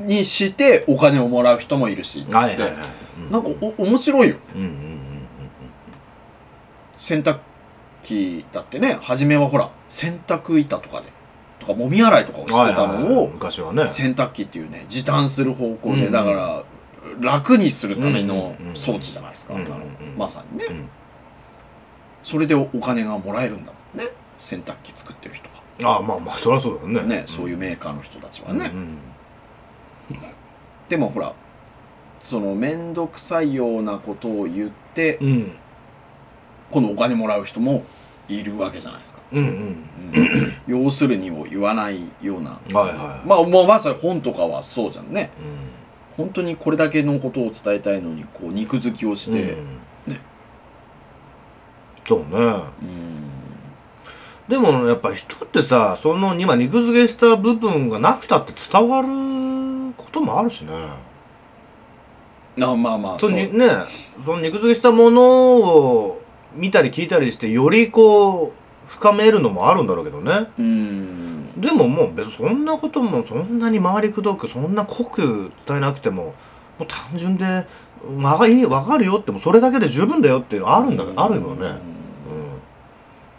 Speaker 3: にしてお金をもらう人もいるし、
Speaker 2: うんはいはいはい
Speaker 3: で
Speaker 2: う
Speaker 3: なんかお面白いよ
Speaker 2: うんうんうん
Speaker 3: 洗濯機だってね初めはほら洗濯板とかでとかもみ洗いとかをして
Speaker 2: うんはいは
Speaker 3: た
Speaker 2: い
Speaker 3: の
Speaker 2: はい
Speaker 3: を
Speaker 2: 昔はね
Speaker 3: 洗濯機っていうね時短する方向
Speaker 2: うんう
Speaker 3: で
Speaker 2: ん
Speaker 3: だから楽にするための
Speaker 2: うんうんうん
Speaker 3: 装置じゃないですか、
Speaker 2: うんうんうん
Speaker 3: あのまさにね、
Speaker 2: うん
Speaker 3: それでお金がもらえるんだもんね洗濯機作ってる人
Speaker 2: ああまあまあそりゃそうだよね
Speaker 3: がね、そういう
Speaker 2: う
Speaker 3: メーカーの人たちは
Speaker 2: ん
Speaker 3: ね、
Speaker 2: うん
Speaker 3: でもほらその面倒くさいようなことを言って、
Speaker 2: うん
Speaker 3: 今度お金もらう人もいるわけじゃないですか、
Speaker 2: うんうん
Speaker 3: 要するにを言わないような
Speaker 2: はいはい
Speaker 3: まあもうまさに本とかはそうじゃんね
Speaker 2: うん
Speaker 3: 本当にこれだけのことを伝えたいのにこう肉付きをして
Speaker 2: うん
Speaker 3: ね
Speaker 2: そうね
Speaker 3: うん
Speaker 2: でもやっぱ人ってさその今肉付けした部分がなくたって伝わることもあるしね
Speaker 3: あまあまあ
Speaker 2: そ
Speaker 3: そうう
Speaker 2: にねその肉付けしたものを見たり聞いたりしてよりこう深めるのもあるんだろうけどね
Speaker 3: うん
Speaker 2: でももう別にそんなこともそんなに回りくどくそんな濃く伝えなくてももう単純でわかいいわかるよってもうそれだけで十分だよっていうのあるんだけどあるよね。うん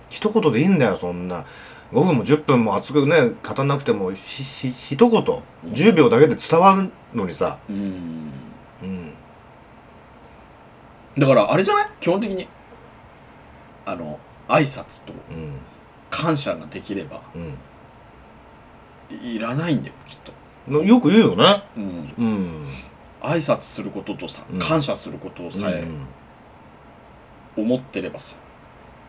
Speaker 2: 一言でいいんだよそんな5分も10分も熱くね語んなくてもひひ一言10秒だけで伝わるのにさ、
Speaker 3: うん、うん
Speaker 2: うん、
Speaker 3: だからあれじゃない基本的にあの挨拶と
Speaker 2: うん
Speaker 3: 感謝ができればいいらないんだよきっと、
Speaker 2: うんのよく言うよね
Speaker 3: うん、
Speaker 2: うん
Speaker 3: 挨拶することとさ
Speaker 2: うん
Speaker 3: 感謝することをさえ
Speaker 2: うん
Speaker 3: 思ってればさ、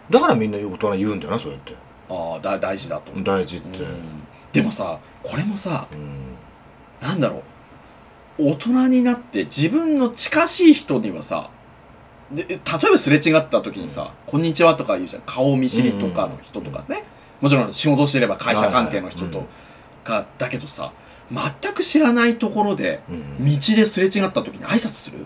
Speaker 2: だからみんな大人言うんじゃないそうやって
Speaker 3: ああだ大事だと、
Speaker 2: 大事っ
Speaker 3: うん
Speaker 2: て、
Speaker 3: でもさこれもさ
Speaker 2: うん
Speaker 3: なんだろう大人になって自分の近しい人にはさで例えばすれ違った時にさ「こんにちは」とか言うじゃん顔見知りとかの人とかね、もちろん仕事してれば会社関係の人
Speaker 2: はいはい
Speaker 3: と
Speaker 2: うん
Speaker 3: かだけどさ全く知らないところで
Speaker 2: うん
Speaker 3: 道ですれ違った時に挨拶する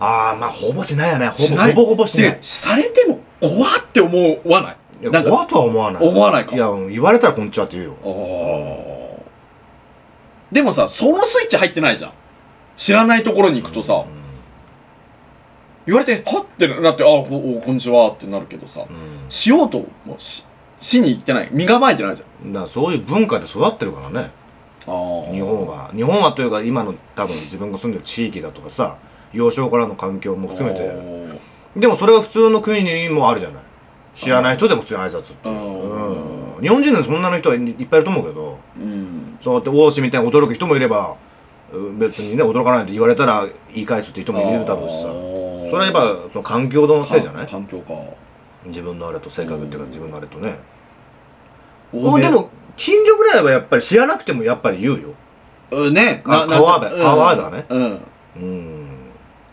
Speaker 2: ああまあほぼしないよねほ
Speaker 3: し
Speaker 2: ぼ
Speaker 3: ない
Speaker 2: ほぼほぼしな
Speaker 3: で
Speaker 2: い
Speaker 3: されても怖って思わない
Speaker 2: いや
Speaker 3: なんか
Speaker 2: 怖とは思わない
Speaker 3: 思わないか
Speaker 2: いやうん言われたらこんにちはって言うよ
Speaker 3: あーでもさそのスイッチ入ってないじゃん知らないところに行くとさ言われてはってなってあーこおこんにちはってなるけどさ
Speaker 2: うん
Speaker 3: しようともししに行ってない身構えてないじゃん
Speaker 2: うんだからそういう文化で育ってるからね日本は日本はというか今の多分自分が住んでる地域だとかさ幼少からの環境も含めて
Speaker 3: て
Speaker 2: でもそれが普通の国にもあるじゃない知らない人でも普通に挨拶っていう
Speaker 3: あー
Speaker 2: うん日本人でそんなの人はいっぱいいると思うけど
Speaker 3: うん
Speaker 2: そうやって王子みたいに驚く人もいればうん別にね驚かないって言われたら言い返すって人もいるだろうしさ
Speaker 3: あー
Speaker 2: それはやっぱその環境のせいじゃない
Speaker 3: 環環境か
Speaker 2: 自分のあれと性格っていうか自分のあれとね
Speaker 3: 欧
Speaker 2: お
Speaker 3: 米
Speaker 2: でも近所ぐらいはやっぱり知らなくてもやっぱり言うよ
Speaker 3: うんね
Speaker 2: あ
Speaker 3: な
Speaker 2: 川辺
Speaker 3: なんかうん
Speaker 2: 川だね
Speaker 3: うん
Speaker 2: うん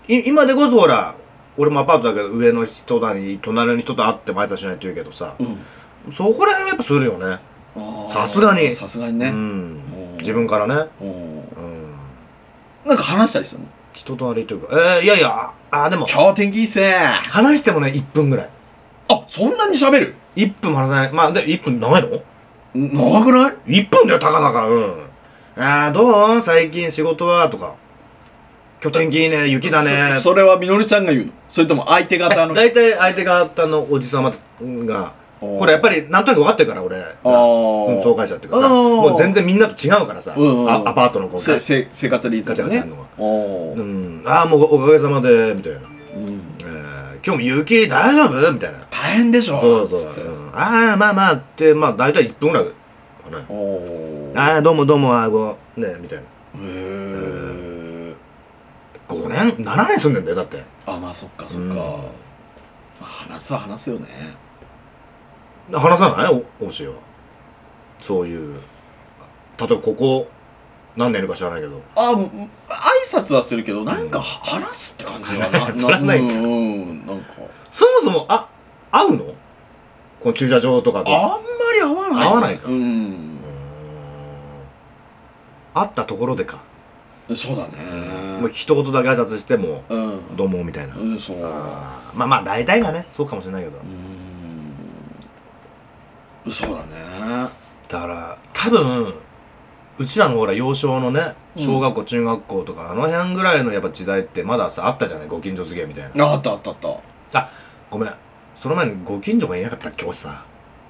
Speaker 2: い今でこそほら俺もアパートだけど上の人だに隣の人と会っても挨拶しないと言うけどさ
Speaker 3: うん
Speaker 2: そこら辺はやっぱするよね
Speaker 3: あー
Speaker 2: さすがに
Speaker 3: さすがに
Speaker 2: う
Speaker 3: ね
Speaker 2: ん
Speaker 3: うん
Speaker 2: 自分からね
Speaker 3: うん
Speaker 2: うん
Speaker 3: なんか話したりするの
Speaker 2: 人とあれというかえー、いやいやあーでも
Speaker 3: 今日天気いいっすね
Speaker 2: 話してもね1分ぐらい
Speaker 3: あそんなに喋る
Speaker 2: 1分も話さないまあで1分長いの
Speaker 3: ん長くない
Speaker 2: ?1 分だよたかだかうんあーどう最近仕事はとか今日天気いいね雪だね
Speaker 3: そそれはみのりちゃんが言うのそれとも相手方の
Speaker 2: 大体相手方のおじさまが
Speaker 3: こ
Speaker 2: これやっぱりなんとなく分かってるから俺
Speaker 3: あ
Speaker 2: 運
Speaker 3: ー
Speaker 2: 送会社っていうかさ
Speaker 3: あー
Speaker 2: もう全然みんなと違うからさ
Speaker 3: うんうん
Speaker 2: あアパートのこう
Speaker 3: せ
Speaker 2: ガチ
Speaker 3: せ生活リ
Speaker 2: ャ
Speaker 3: ズ
Speaker 2: ガチ
Speaker 3: ム
Speaker 2: ャやる
Speaker 3: ね
Speaker 2: のが
Speaker 3: あー
Speaker 2: うんああもうおかげさまでみたいな
Speaker 3: うん
Speaker 2: えー今日も雪大丈夫みたいな
Speaker 3: 大変でしょ
Speaker 2: そうそう
Speaker 3: つって
Speaker 2: うんああまあまあってまあ大体1分ぐらいかね
Speaker 3: おー
Speaker 2: ああどうもどうもあーごねみたいな
Speaker 3: へー
Speaker 2: 5年7年住んでんだよだって
Speaker 3: あまあそっかそっか、
Speaker 2: うん
Speaker 3: まあ、話すは話すよね
Speaker 2: 話さないお教えはそういう例えばここ何年いるか知らないけど
Speaker 3: あうん挨拶はするけどなんかは話すって感じは な
Speaker 2: そりゃないか
Speaker 3: うんうんなんか
Speaker 2: そもそもあ会うのこの駐車場とか
Speaker 3: あん
Speaker 2: で
Speaker 3: まり合わない、
Speaker 2: 合わないか
Speaker 3: うん
Speaker 2: うーん会ったところでか、
Speaker 3: そうだ
Speaker 2: もう
Speaker 3: ね
Speaker 2: 一言だけ挨拶しても
Speaker 3: うん
Speaker 2: 「どうも」みたいな、
Speaker 3: うんそう
Speaker 2: あーまあまあ大体がねそうかもしれないけど
Speaker 3: うんそうだね
Speaker 2: だから多分うちらのほら幼少のね
Speaker 3: うん
Speaker 2: 小学校中学校とかあの辺ぐらいのやっぱ時代ってまださあったじゃないご近所付き合いみたいな
Speaker 3: ああったあったあった
Speaker 2: ごめんその前にご近所がいなかったっけおじさん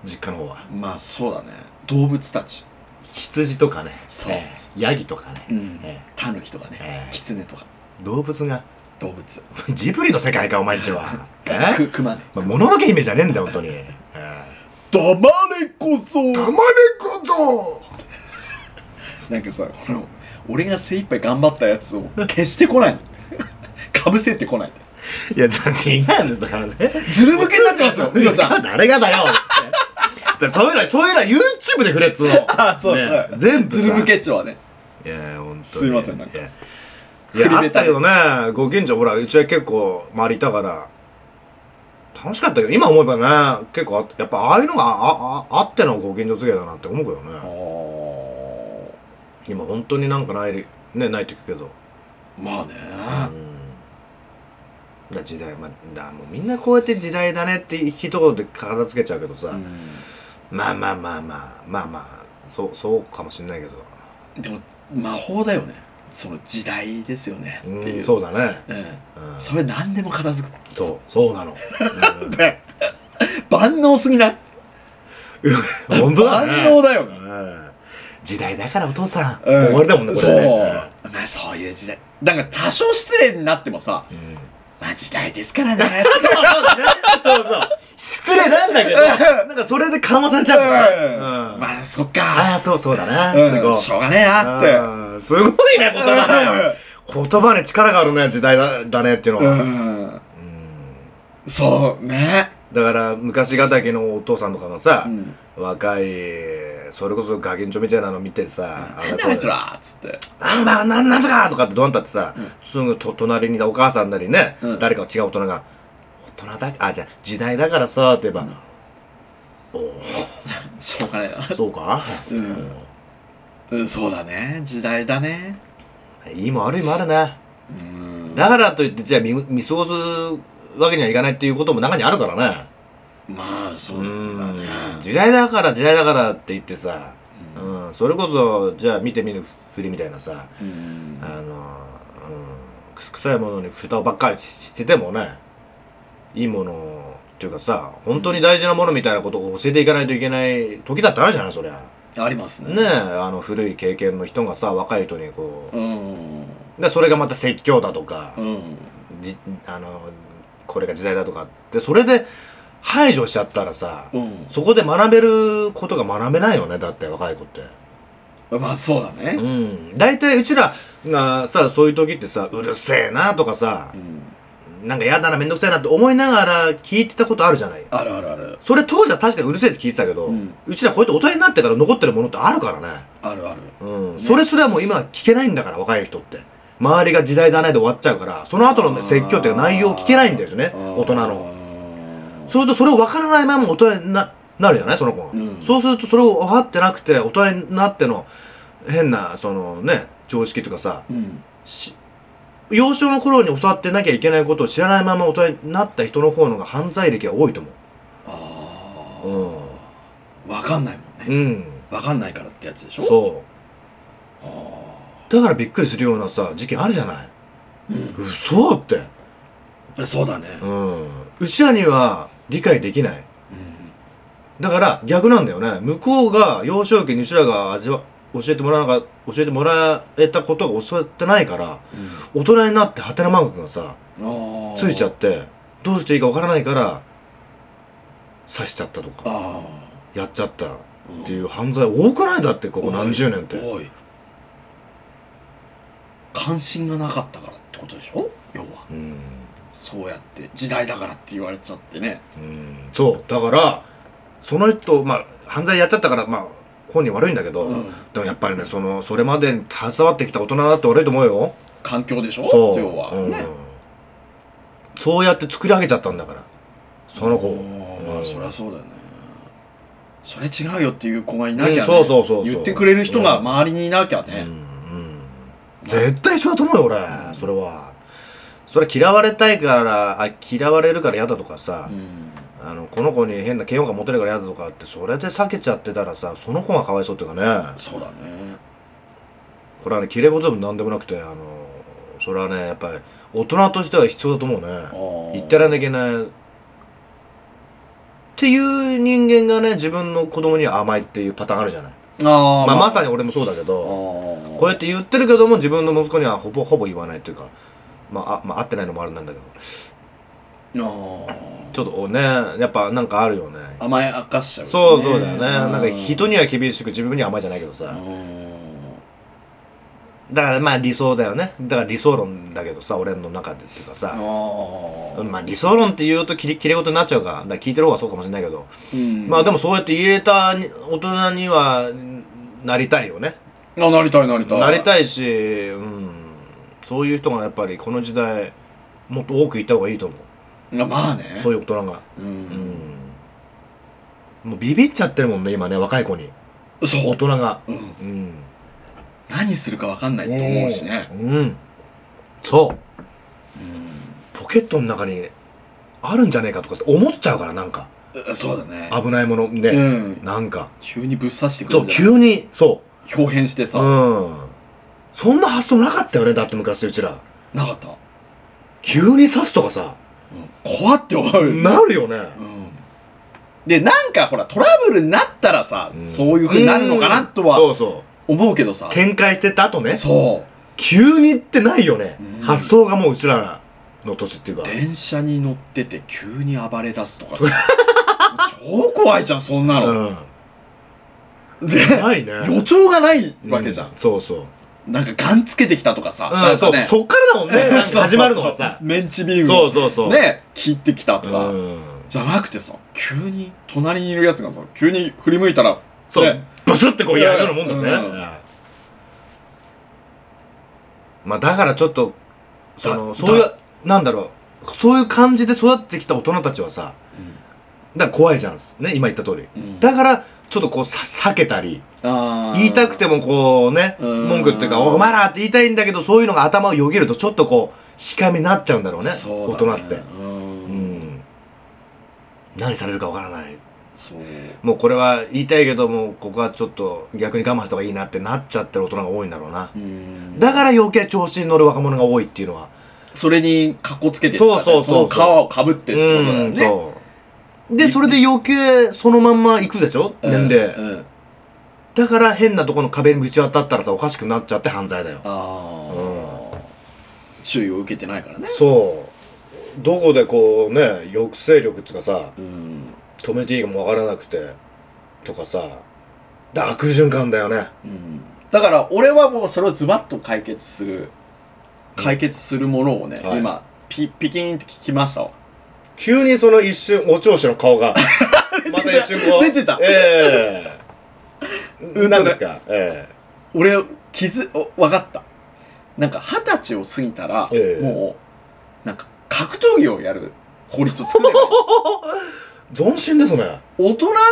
Speaker 2: 実家の方は
Speaker 3: まあそうだね動物たち
Speaker 2: 羊とかね
Speaker 3: そう
Speaker 2: ええヤギとかね、
Speaker 3: うん
Speaker 2: え
Speaker 3: タヌキとかね
Speaker 2: ええ
Speaker 3: キツネとか
Speaker 2: え動物が
Speaker 3: 動物
Speaker 2: ジブリの世界かお前んち はええ
Speaker 3: く熊ね
Speaker 2: まあ、もののけ姫じゃねえんだよ、本当に。え
Speaker 3: 黙れこそ
Speaker 2: まねこ
Speaker 3: なんかさこの俺が精一杯頑張ったやつを消してこないの かぶせてこない
Speaker 2: といや、違うんですだからね。
Speaker 3: ずる向けになって ますよみのちゃん
Speaker 2: 誰がだよだからそういうの、そういうの YouTube でくれっつうの。
Speaker 3: あそう
Speaker 2: ね
Speaker 3: はい
Speaker 2: 全部さ
Speaker 3: ずる向けっちょはね
Speaker 2: いや、本当に。
Speaker 3: すいませんなんか
Speaker 2: いや、いや
Speaker 3: 振り
Speaker 2: あ
Speaker 3: 目
Speaker 2: ったけどね、ご近所、ほら、うちは結構周りいたから、楽しかったけど、今思えばね、結構あ、やっぱああいうのがあああってのご近所付き合いだなって思うけどね。今、本当になんかない、ね、ないって聞くけど。
Speaker 3: まあ
Speaker 2: う
Speaker 3: ね
Speaker 2: んだ時代まあだもうみんなこうやって時代だねって一言で片付けちゃうけどさ、まあまあまあまあまあまあそうそうかもしんないけど、
Speaker 3: うんでも魔法だよねその時代ですよねって
Speaker 2: うん
Speaker 3: いう
Speaker 2: そうだね、
Speaker 3: うん
Speaker 2: うん、
Speaker 3: それ何でも片付く
Speaker 2: そうそう なの、
Speaker 3: 万能すぎない
Speaker 2: うん、 本当だね
Speaker 3: 万能だよね
Speaker 2: うん時代だからお父さん、
Speaker 3: うん
Speaker 2: もう終わりだもんねこ
Speaker 3: そう
Speaker 2: れね
Speaker 3: まあそういう時代だから多少失礼になってもさ
Speaker 2: うんうん
Speaker 3: まあ時代ですからね
Speaker 2: そうそう失礼なんだけどなんかそれで緩和されちゃうから、うん
Speaker 3: まあそっ
Speaker 2: あ
Speaker 3: か
Speaker 2: あそうそうだな、ってこ
Speaker 3: う
Speaker 2: うん
Speaker 3: しょうがねえなって
Speaker 2: うんすごいね言葉だよ言葉に力があるね時代だだねっていうの
Speaker 3: う
Speaker 2: は、
Speaker 3: ん
Speaker 2: うん
Speaker 3: そうね
Speaker 2: だから昔敵のお父さんとかがさ
Speaker 3: う、ん
Speaker 2: 若いそれこそガキンチョみたいなの見てさ「
Speaker 3: なんだあいつらっつって
Speaker 2: あまあなんなんとか!」とかってどうなったってさ、
Speaker 3: うん
Speaker 2: すぐと隣にいたお母さんなりね、
Speaker 3: うん
Speaker 2: 誰か違う大人が「大人だあじゃあ時代だからさ」って言えば「お
Speaker 3: うん
Speaker 2: お
Speaker 3: しょうがないな。
Speaker 2: そうか
Speaker 3: うんうん、そうだね。時代だね。
Speaker 2: いいも悪いもあるね
Speaker 3: うん。
Speaker 2: だからといってじゃあ見見過ごすわけにはいかないっていうことも中にあるからね
Speaker 3: まあ、そう
Speaker 2: う
Speaker 3: だね
Speaker 2: ん。時代だから時代だからって言ってさ、
Speaker 3: うん
Speaker 2: うん、それこそじゃあ見て見ぬふりみたいなさ
Speaker 3: うん
Speaker 2: あの、うん、くす臭いものに蓋ばっかりししててもねいいものっていうかさ本当に大事なものみたいなことを教えていかないといけない時だってあるじゃないそりゃ
Speaker 3: ありますね。
Speaker 2: ねえあの古い経験の人がさ若い人にこ
Speaker 3: う
Speaker 2: う
Speaker 3: ん。
Speaker 2: でそれがまた説教だとか、
Speaker 3: うん。
Speaker 2: じあのこれが時代だとかってそれで排除しちゃったらさ、
Speaker 3: うん。
Speaker 2: そこで学べることが学べないよねだって若い子って。
Speaker 3: まあ、そうだね
Speaker 2: う。ん、大体うちらがさそういう時ってさうるせえなとかさ
Speaker 3: うん。
Speaker 2: なんかやだなめんどくさいなって思いながら聞いてたことあるじゃない
Speaker 3: あるあるある。
Speaker 2: それ当時は確かにうるせえって聞いてたけど、
Speaker 3: う。
Speaker 2: うんちらこうやって大人になってから残ってるものってあるからね、
Speaker 3: あるある。
Speaker 2: うん
Speaker 3: ね
Speaker 2: それすらもう今は聞けないんだから若い人って周りが時代だねで終わっちゃうからその後のね説教っていうか内容を聞けないんだよね
Speaker 3: あー
Speaker 2: 大人の。
Speaker 3: そ。
Speaker 2: そうするとそれを分からないまま大人にななるじゃないその子が、
Speaker 3: うん
Speaker 2: そうするとそれを分かってなくて大人になっての変なそのね常識とかさ
Speaker 3: うん。
Speaker 2: し幼少の頃に教わってなきゃいけないことを知らないまま大人になった人の方のが犯罪歴が多いと思
Speaker 3: あ
Speaker 2: う
Speaker 3: あ。わかんないもん
Speaker 2: う
Speaker 3: ね。
Speaker 2: ん、
Speaker 3: わかんないからってやつでしょ
Speaker 2: そ
Speaker 3: ああ
Speaker 2: うだからびっくりするようなさ事件あるじゃない
Speaker 3: うん
Speaker 2: 嘘って
Speaker 3: そうだね。
Speaker 2: うんうちらには理解できないだから逆なんだよね向こうが幼少期にうちらが味わ教えてもらわなか教えてもらえたことが教わってないから大人になってハテナマークがさ
Speaker 3: うん。ああ。
Speaker 2: ついちゃってどうしていいかわからないから刺しちゃったとか
Speaker 3: あ
Speaker 2: やっちゃったっ
Speaker 3: あ。
Speaker 2: ていう犯罪多くないだってここ何十年って
Speaker 3: おい関心がなかったからってことでしょ要は
Speaker 2: うん、
Speaker 3: そうやって時代だからって言われちゃってね
Speaker 2: うん、そうだからその人まあ犯罪やっちゃったからまあ本人悪いんだけど、
Speaker 3: うん
Speaker 2: でもやっぱりねそのそれまでに携わってきた大人だって悪いと思うよ
Speaker 3: 環境でしょ
Speaker 2: そう
Speaker 3: 要は、
Speaker 2: うん
Speaker 3: ね
Speaker 2: そうやって作り上げちゃったんだからその子を
Speaker 3: うんま
Speaker 2: う
Speaker 3: あ
Speaker 2: ん
Speaker 3: そりゃそうだよねそれ違うよっていう子がいなきゃ、ね
Speaker 2: うんそうそうそうそう
Speaker 3: 言ってくれる人が周りにいなきゃ
Speaker 2: うんう
Speaker 3: ね、
Speaker 2: ん絶対一緒だと思うよ俺、
Speaker 3: うん
Speaker 2: それはそれ嫌われたいからあ嫌われるから嫌だとかさ、
Speaker 3: うん
Speaker 2: あのこの子に変な嫌悪感持てるから嫌だとかってそれで避けちゃってたらさその子がかわいそうっていうかね
Speaker 3: そうだね
Speaker 2: これはね綺麗事でも何でもなくてあのそれはねやっぱり大人としては必要だと思うね言ってらんなきゃいけないっていう人間がね自分の子供には甘いっていうパターンあるじゃない
Speaker 3: あー
Speaker 2: まあ、まさ
Speaker 3: に
Speaker 2: に俺もそうだけど
Speaker 3: こ
Speaker 2: こうやって言ってるけども自分の息子にはほぼほぼ言わないっていうかまあ、あまあ合ってないのもあるんだけどちょっとおねやっぱなんかあるよね
Speaker 3: 甘やかしちゃう、
Speaker 2: そうそうだよねなんか人
Speaker 3: に
Speaker 2: には厳しく自分には甘いじゃないけどさだからまあ理想だよねだから理想論だけどさ俺の中でっていうかさまあ理想論って言うときれきれ事になっちゃうからだから聞いてる方がそうかもしれないけど
Speaker 3: うん
Speaker 2: まあでもそうやって言えたに大人にはなりたいよね
Speaker 3: あなりたいなりたい
Speaker 2: なりたいし、うん、そういう人がやっぱりこの時代もっと多くいた方がいいと思う
Speaker 3: あまあね
Speaker 2: そういう大人が、
Speaker 3: う、
Speaker 2: うんん、もうビビっちゃってるもんね今ね若い子に
Speaker 3: そ
Speaker 2: 大
Speaker 3: う、
Speaker 2: 人が
Speaker 3: うん、
Speaker 2: うん、
Speaker 3: 何するか分かんないと思うしね、
Speaker 2: うん、そう
Speaker 3: う
Speaker 2: ポケットの中にあるんじゃねえかとかって思っちゃうからなんか
Speaker 3: ん、そうだね
Speaker 2: 危ないもの
Speaker 3: う
Speaker 2: ね、
Speaker 3: ん
Speaker 2: なんか
Speaker 3: 急にぶっ刺してく
Speaker 2: そ
Speaker 3: る
Speaker 2: うん
Speaker 3: じゃない
Speaker 2: 急にそ
Speaker 3: 豹変して
Speaker 2: う
Speaker 3: さ、
Speaker 2: うんそんな発想なかったよねだって昔うちら
Speaker 3: なかった、うん、
Speaker 2: 急に刺すとかさ
Speaker 3: 怖って思うよね
Speaker 2: なるよね、
Speaker 3: うんでなんかほらトラブルになったらさ、
Speaker 2: うん
Speaker 3: そういうふうになるのかなとは
Speaker 2: そうそう
Speaker 3: 思うけどさ
Speaker 2: 展開してった後ね
Speaker 3: そ
Speaker 2: 急にってないよね、
Speaker 3: うん
Speaker 2: 発想がもううちらの年っていうか
Speaker 3: う電車に乗ってて急に暴れ出すとかさ 超怖いじゃんそんなの、
Speaker 2: うん
Speaker 3: で
Speaker 2: ないね
Speaker 3: 予兆がないわけじゃん
Speaker 2: う、そうそう、うん
Speaker 3: なんかガンつけてきたとかさ、なん
Speaker 2: そ
Speaker 3: か
Speaker 2: うそっからだ もんねなんか始まるのがさ
Speaker 3: メンチビーム
Speaker 2: そうそうそう
Speaker 3: ね切ってきた
Speaker 2: う
Speaker 3: とか、
Speaker 2: ん
Speaker 3: じゃなくてさ急に隣にいるやつがさ急に振り向いたら
Speaker 2: そう、
Speaker 3: ね
Speaker 2: ブスってこうやるようなもんだぜ、
Speaker 3: うん
Speaker 2: まあだからちょっとその
Speaker 3: だ
Speaker 2: そういうなんだろうそういう感じで育ってきた大人たちはさだから怖いじゃんね今言った通り
Speaker 3: うん
Speaker 2: だから、ちちょっとこうさ避けたり
Speaker 3: あー
Speaker 2: 言いたくてもこうね
Speaker 3: うん
Speaker 2: 文句っていうか「お前ら」って言いたいんだけどそういうのが頭をよぎるとちょっとこう控えめになっちゃうんだろうね
Speaker 3: そう
Speaker 2: 大
Speaker 3: だね
Speaker 2: 人って
Speaker 3: う
Speaker 2: うんん何されるかわからない
Speaker 3: そう
Speaker 2: もうこれは言いたいけどもここはちょっと逆に我慢した方がいいなってなっちゃってる大人が多いんだろうな
Speaker 3: うん
Speaker 2: だから余計調子に乗る若者が多いっていうのは
Speaker 3: それにかっこつけて
Speaker 2: そうそうそうそう
Speaker 3: の皮をかぶってってことだよ
Speaker 2: うん
Speaker 3: ね
Speaker 2: そうでそれで余計そのまんま行くでしょ 年齢、
Speaker 3: うんうん
Speaker 2: だから変なとこの壁にぶち当たったらさおかしくなっちゃって犯罪だよ
Speaker 3: ああ注意を受けてないからね
Speaker 2: そうどこでこうね抑制力っつうかさ
Speaker 3: うん
Speaker 2: 止めていいかもわからなくてとかさだ悪循環だよね
Speaker 3: うんだから俺はもうそれをズバッと解決する解決するものをね、
Speaker 2: はい
Speaker 3: 今ピピキーンって聞きましたわ
Speaker 2: 急にその一瞬お調子の顔が また一瞬こう
Speaker 3: 出てた
Speaker 2: ええ
Speaker 3: うん
Speaker 2: 何ですかえ
Speaker 3: 俺気づお分かったなんか二十歳を過ぎたら、
Speaker 2: ええ
Speaker 3: もうなんか格闘技をやる法律を作れば いいんです
Speaker 2: え斬新ですね
Speaker 3: 大人になっ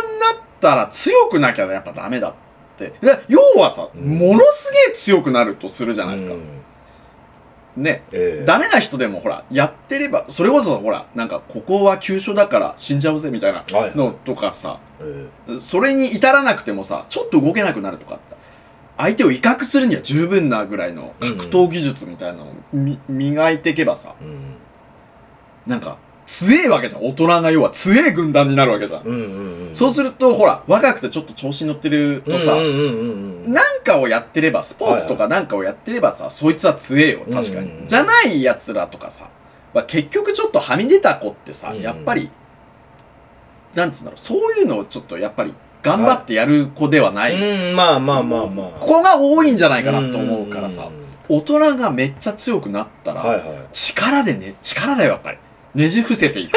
Speaker 3: たら強くなきゃやっぱダメだってで要はさ、
Speaker 2: うん
Speaker 3: ものすげえ強くなるとするじゃないですか、
Speaker 2: うん
Speaker 3: ね
Speaker 2: ええ
Speaker 3: ダメな人でもほら、やってれば、それこそほら、なんか、ここは急所だから死んじゃうぜみたいな
Speaker 2: はい
Speaker 3: のとかさ、
Speaker 2: え
Speaker 3: それに至らなくてもさ、ちょっと動けなくなるとかって相手を威嚇するには十分なぐらいの格闘技術みたいなのをみ磨いていけばさ、
Speaker 2: えうん
Speaker 3: なんか、強えわけじゃん。大人が要は強え軍団になるわけじゃん。
Speaker 2: うんうんうん
Speaker 3: そうすると、ほら、若くてちょっと調子に乗ってるとさ、
Speaker 2: うんうんうんうん
Speaker 3: なんかをやってれば、スポーツとかなんかをやってればさ、そいつは強えよ、確かに。
Speaker 2: うんうん
Speaker 3: じゃない奴らとかさ、まあ、結局ちょっとはみ出た子ってさ、
Speaker 2: うんうん
Speaker 3: やっぱり、なんつうんだろう、そういうのをちょっとやっぱり、頑張ってやる子ではない。
Speaker 2: うんまあまあまあまあ
Speaker 3: ここが多いんじゃないかなと思うからさ
Speaker 2: ん、んうん
Speaker 3: 大人がめっちゃ強くなったら、
Speaker 2: はいはい
Speaker 3: 力でね、力だよ、やっぱり。ねじ伏せて いく。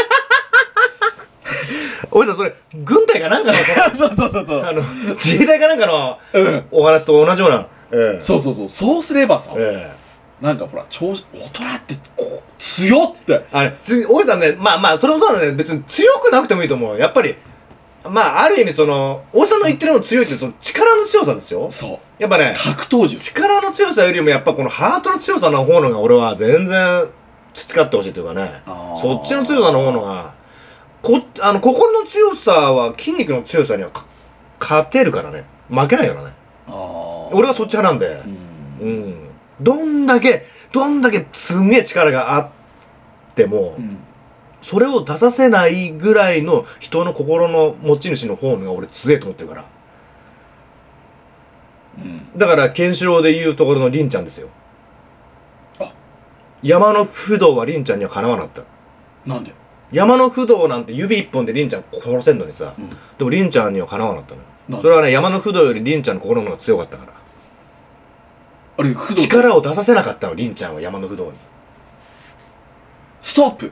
Speaker 2: おじさんそれ軍隊かなんかの
Speaker 3: そうそうそうそ
Speaker 2: あの自衛隊かなんかの
Speaker 3: う。うん。
Speaker 2: お話と同じようなええ
Speaker 3: そうそうそう。そうすればさ、
Speaker 2: ええ
Speaker 3: なんかほら、調子、大人って、こう、強って。
Speaker 2: あれつおじさんねまあまあそれもそうなんだけど別に強くなくてもいいと思うやっぱりまあある意味そのおじさんの言ってるの強いってその力の強さですよ
Speaker 3: そう。
Speaker 2: やっぱね
Speaker 3: 格闘術。
Speaker 2: 力の強さよりもやっぱこのハートの強さの方のが俺は全然培ってほしいというかねそっちの強さの方のがこあの心の強さは筋肉の強さにはか勝てるからね負けないからね俺はそっち派なんで
Speaker 3: う
Speaker 2: うんんどんだけどんだけすげえ力があっても、
Speaker 3: うん
Speaker 2: それを出させないぐらいの人の心の持ち主の方のが俺強えと思ってるから
Speaker 3: うん
Speaker 2: だからケンシロウで言うところのリンちゃんですよ
Speaker 3: あ
Speaker 2: 山の不動はリンちゃんにはかなわなかった
Speaker 3: なんで
Speaker 2: 山の不動なんて指一本でリンちゃん殺せんのにさ、
Speaker 3: うん
Speaker 2: でもリンちゃんにはかなわなかったのよ
Speaker 3: なん
Speaker 2: そ
Speaker 3: で
Speaker 2: れはね山の不動よりリンちゃんの心の方が強かったから
Speaker 3: あれ不動
Speaker 2: 力を出させなかったのリンちゃんは山の不動に
Speaker 3: ストップ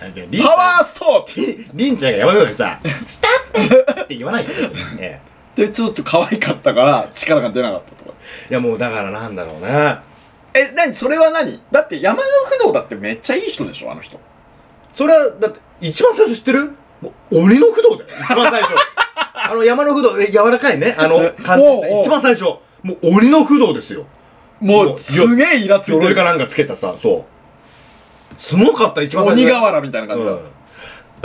Speaker 2: あじゃあリンち
Speaker 3: パ
Speaker 2: ゃん
Speaker 3: ワーストップっ
Speaker 2: リリンちゃんが山のようにさ「スタップ!」って言わないよ別に、え
Speaker 3: てちょっと可愛かったから力が出なかったとか
Speaker 2: え、いやもうだからなんだろうね
Speaker 3: え何それは何だって山の不動だってめっちゃいい人でしょあの人
Speaker 2: それはだって一番最初知ってるもう鬼の不動だよ一番最初 あの山の不動え柔らかいねあの感じ
Speaker 3: おうおう
Speaker 2: 一番最初もう鬼の不動ですよ
Speaker 3: もうすげえイラついて
Speaker 2: 鎧
Speaker 3: る
Speaker 2: かなんかつけたさそうすごかった一番最初
Speaker 3: 鬼瓦みたいな感じだ
Speaker 2: うん、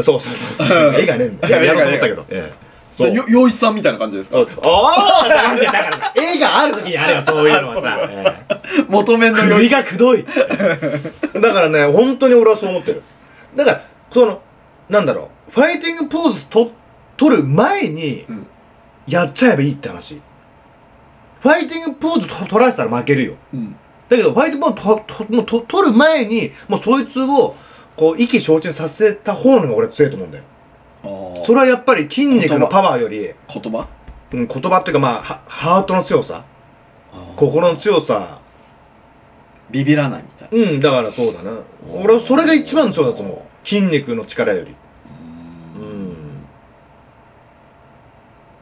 Speaker 2: そうそうそうそう
Speaker 3: うん
Speaker 2: 絵がねえんだよ
Speaker 3: い
Speaker 2: や
Speaker 3: や
Speaker 2: ろうと思ったけどええそ
Speaker 3: だ
Speaker 2: う
Speaker 3: よ洋一さんみたいな感じですか
Speaker 2: ああだからだからさ絵がある時にあ れよそういうのはさ、ええ
Speaker 3: 元面の洋
Speaker 2: 首
Speaker 3: 一
Speaker 2: がくどいだからね本当に俺はそう思ってるだからそのなんだろうファイティングポーズと取る前に
Speaker 3: うん
Speaker 2: やっちゃえばいいって話ファイティングポーズと取らせたら負けるよ
Speaker 3: うん
Speaker 2: だけどファイティングポーズとともうと取る前にもうそいつをこう意気消沈させた方のが俺は強いと思うんだよ
Speaker 3: あー
Speaker 2: それはやっぱり筋肉のパワーより
Speaker 3: 言葉
Speaker 2: うん、言葉っていうかまあはハートの強さ心の強さ
Speaker 3: ビビらないみたいな
Speaker 2: うんだからそうだな俺はそれが一番そうだと思う筋肉の力よりうん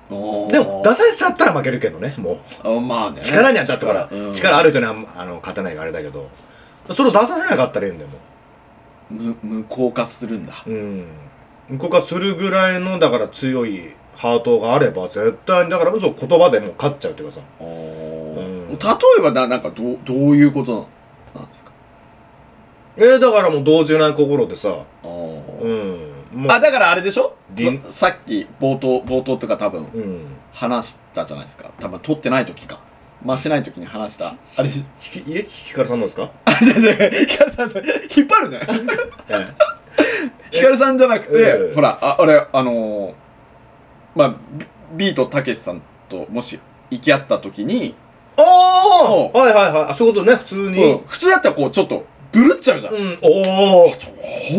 Speaker 3: うん
Speaker 2: でも出させちゃったら負けるけどねも
Speaker 3: あまあね
Speaker 2: う力にはだったから力,、
Speaker 3: うん
Speaker 2: ある人にはあの勝てないがあれだけどそれを出させなかったらいいんだよも
Speaker 3: む無効化するんだ
Speaker 2: ううん向こうがするぐらいのだから強いハートがあれば絶対にだからこそ言葉でもう勝っちゃうっていうかさ
Speaker 3: ー
Speaker 2: うん
Speaker 3: 例えばななんかどうどういうことなんですか
Speaker 2: えー、だからもう動じない心でさ
Speaker 3: あ
Speaker 2: う
Speaker 3: ー
Speaker 2: んもう
Speaker 3: あだからあれでしょ
Speaker 2: りん
Speaker 3: ささっき冒頭冒頭とか多分
Speaker 2: うん
Speaker 3: 話したじゃないですか多分撮ってない時か回してない時に話したあれ
Speaker 2: ひえひかるさんなんですか
Speaker 3: あ違う違うヒカルさんそれ引っ張るね
Speaker 2: え
Speaker 3: ヒカルさんじゃなくて、
Speaker 2: ええ
Speaker 3: ほらあ俺あのーまあビビートたけしさんともし行き合った時に、
Speaker 2: ああ
Speaker 3: うん
Speaker 2: はいはいはいあそういうことね普通に
Speaker 3: うん普通だったらこうちょっとブルっちゃうじゃん、
Speaker 2: うんおお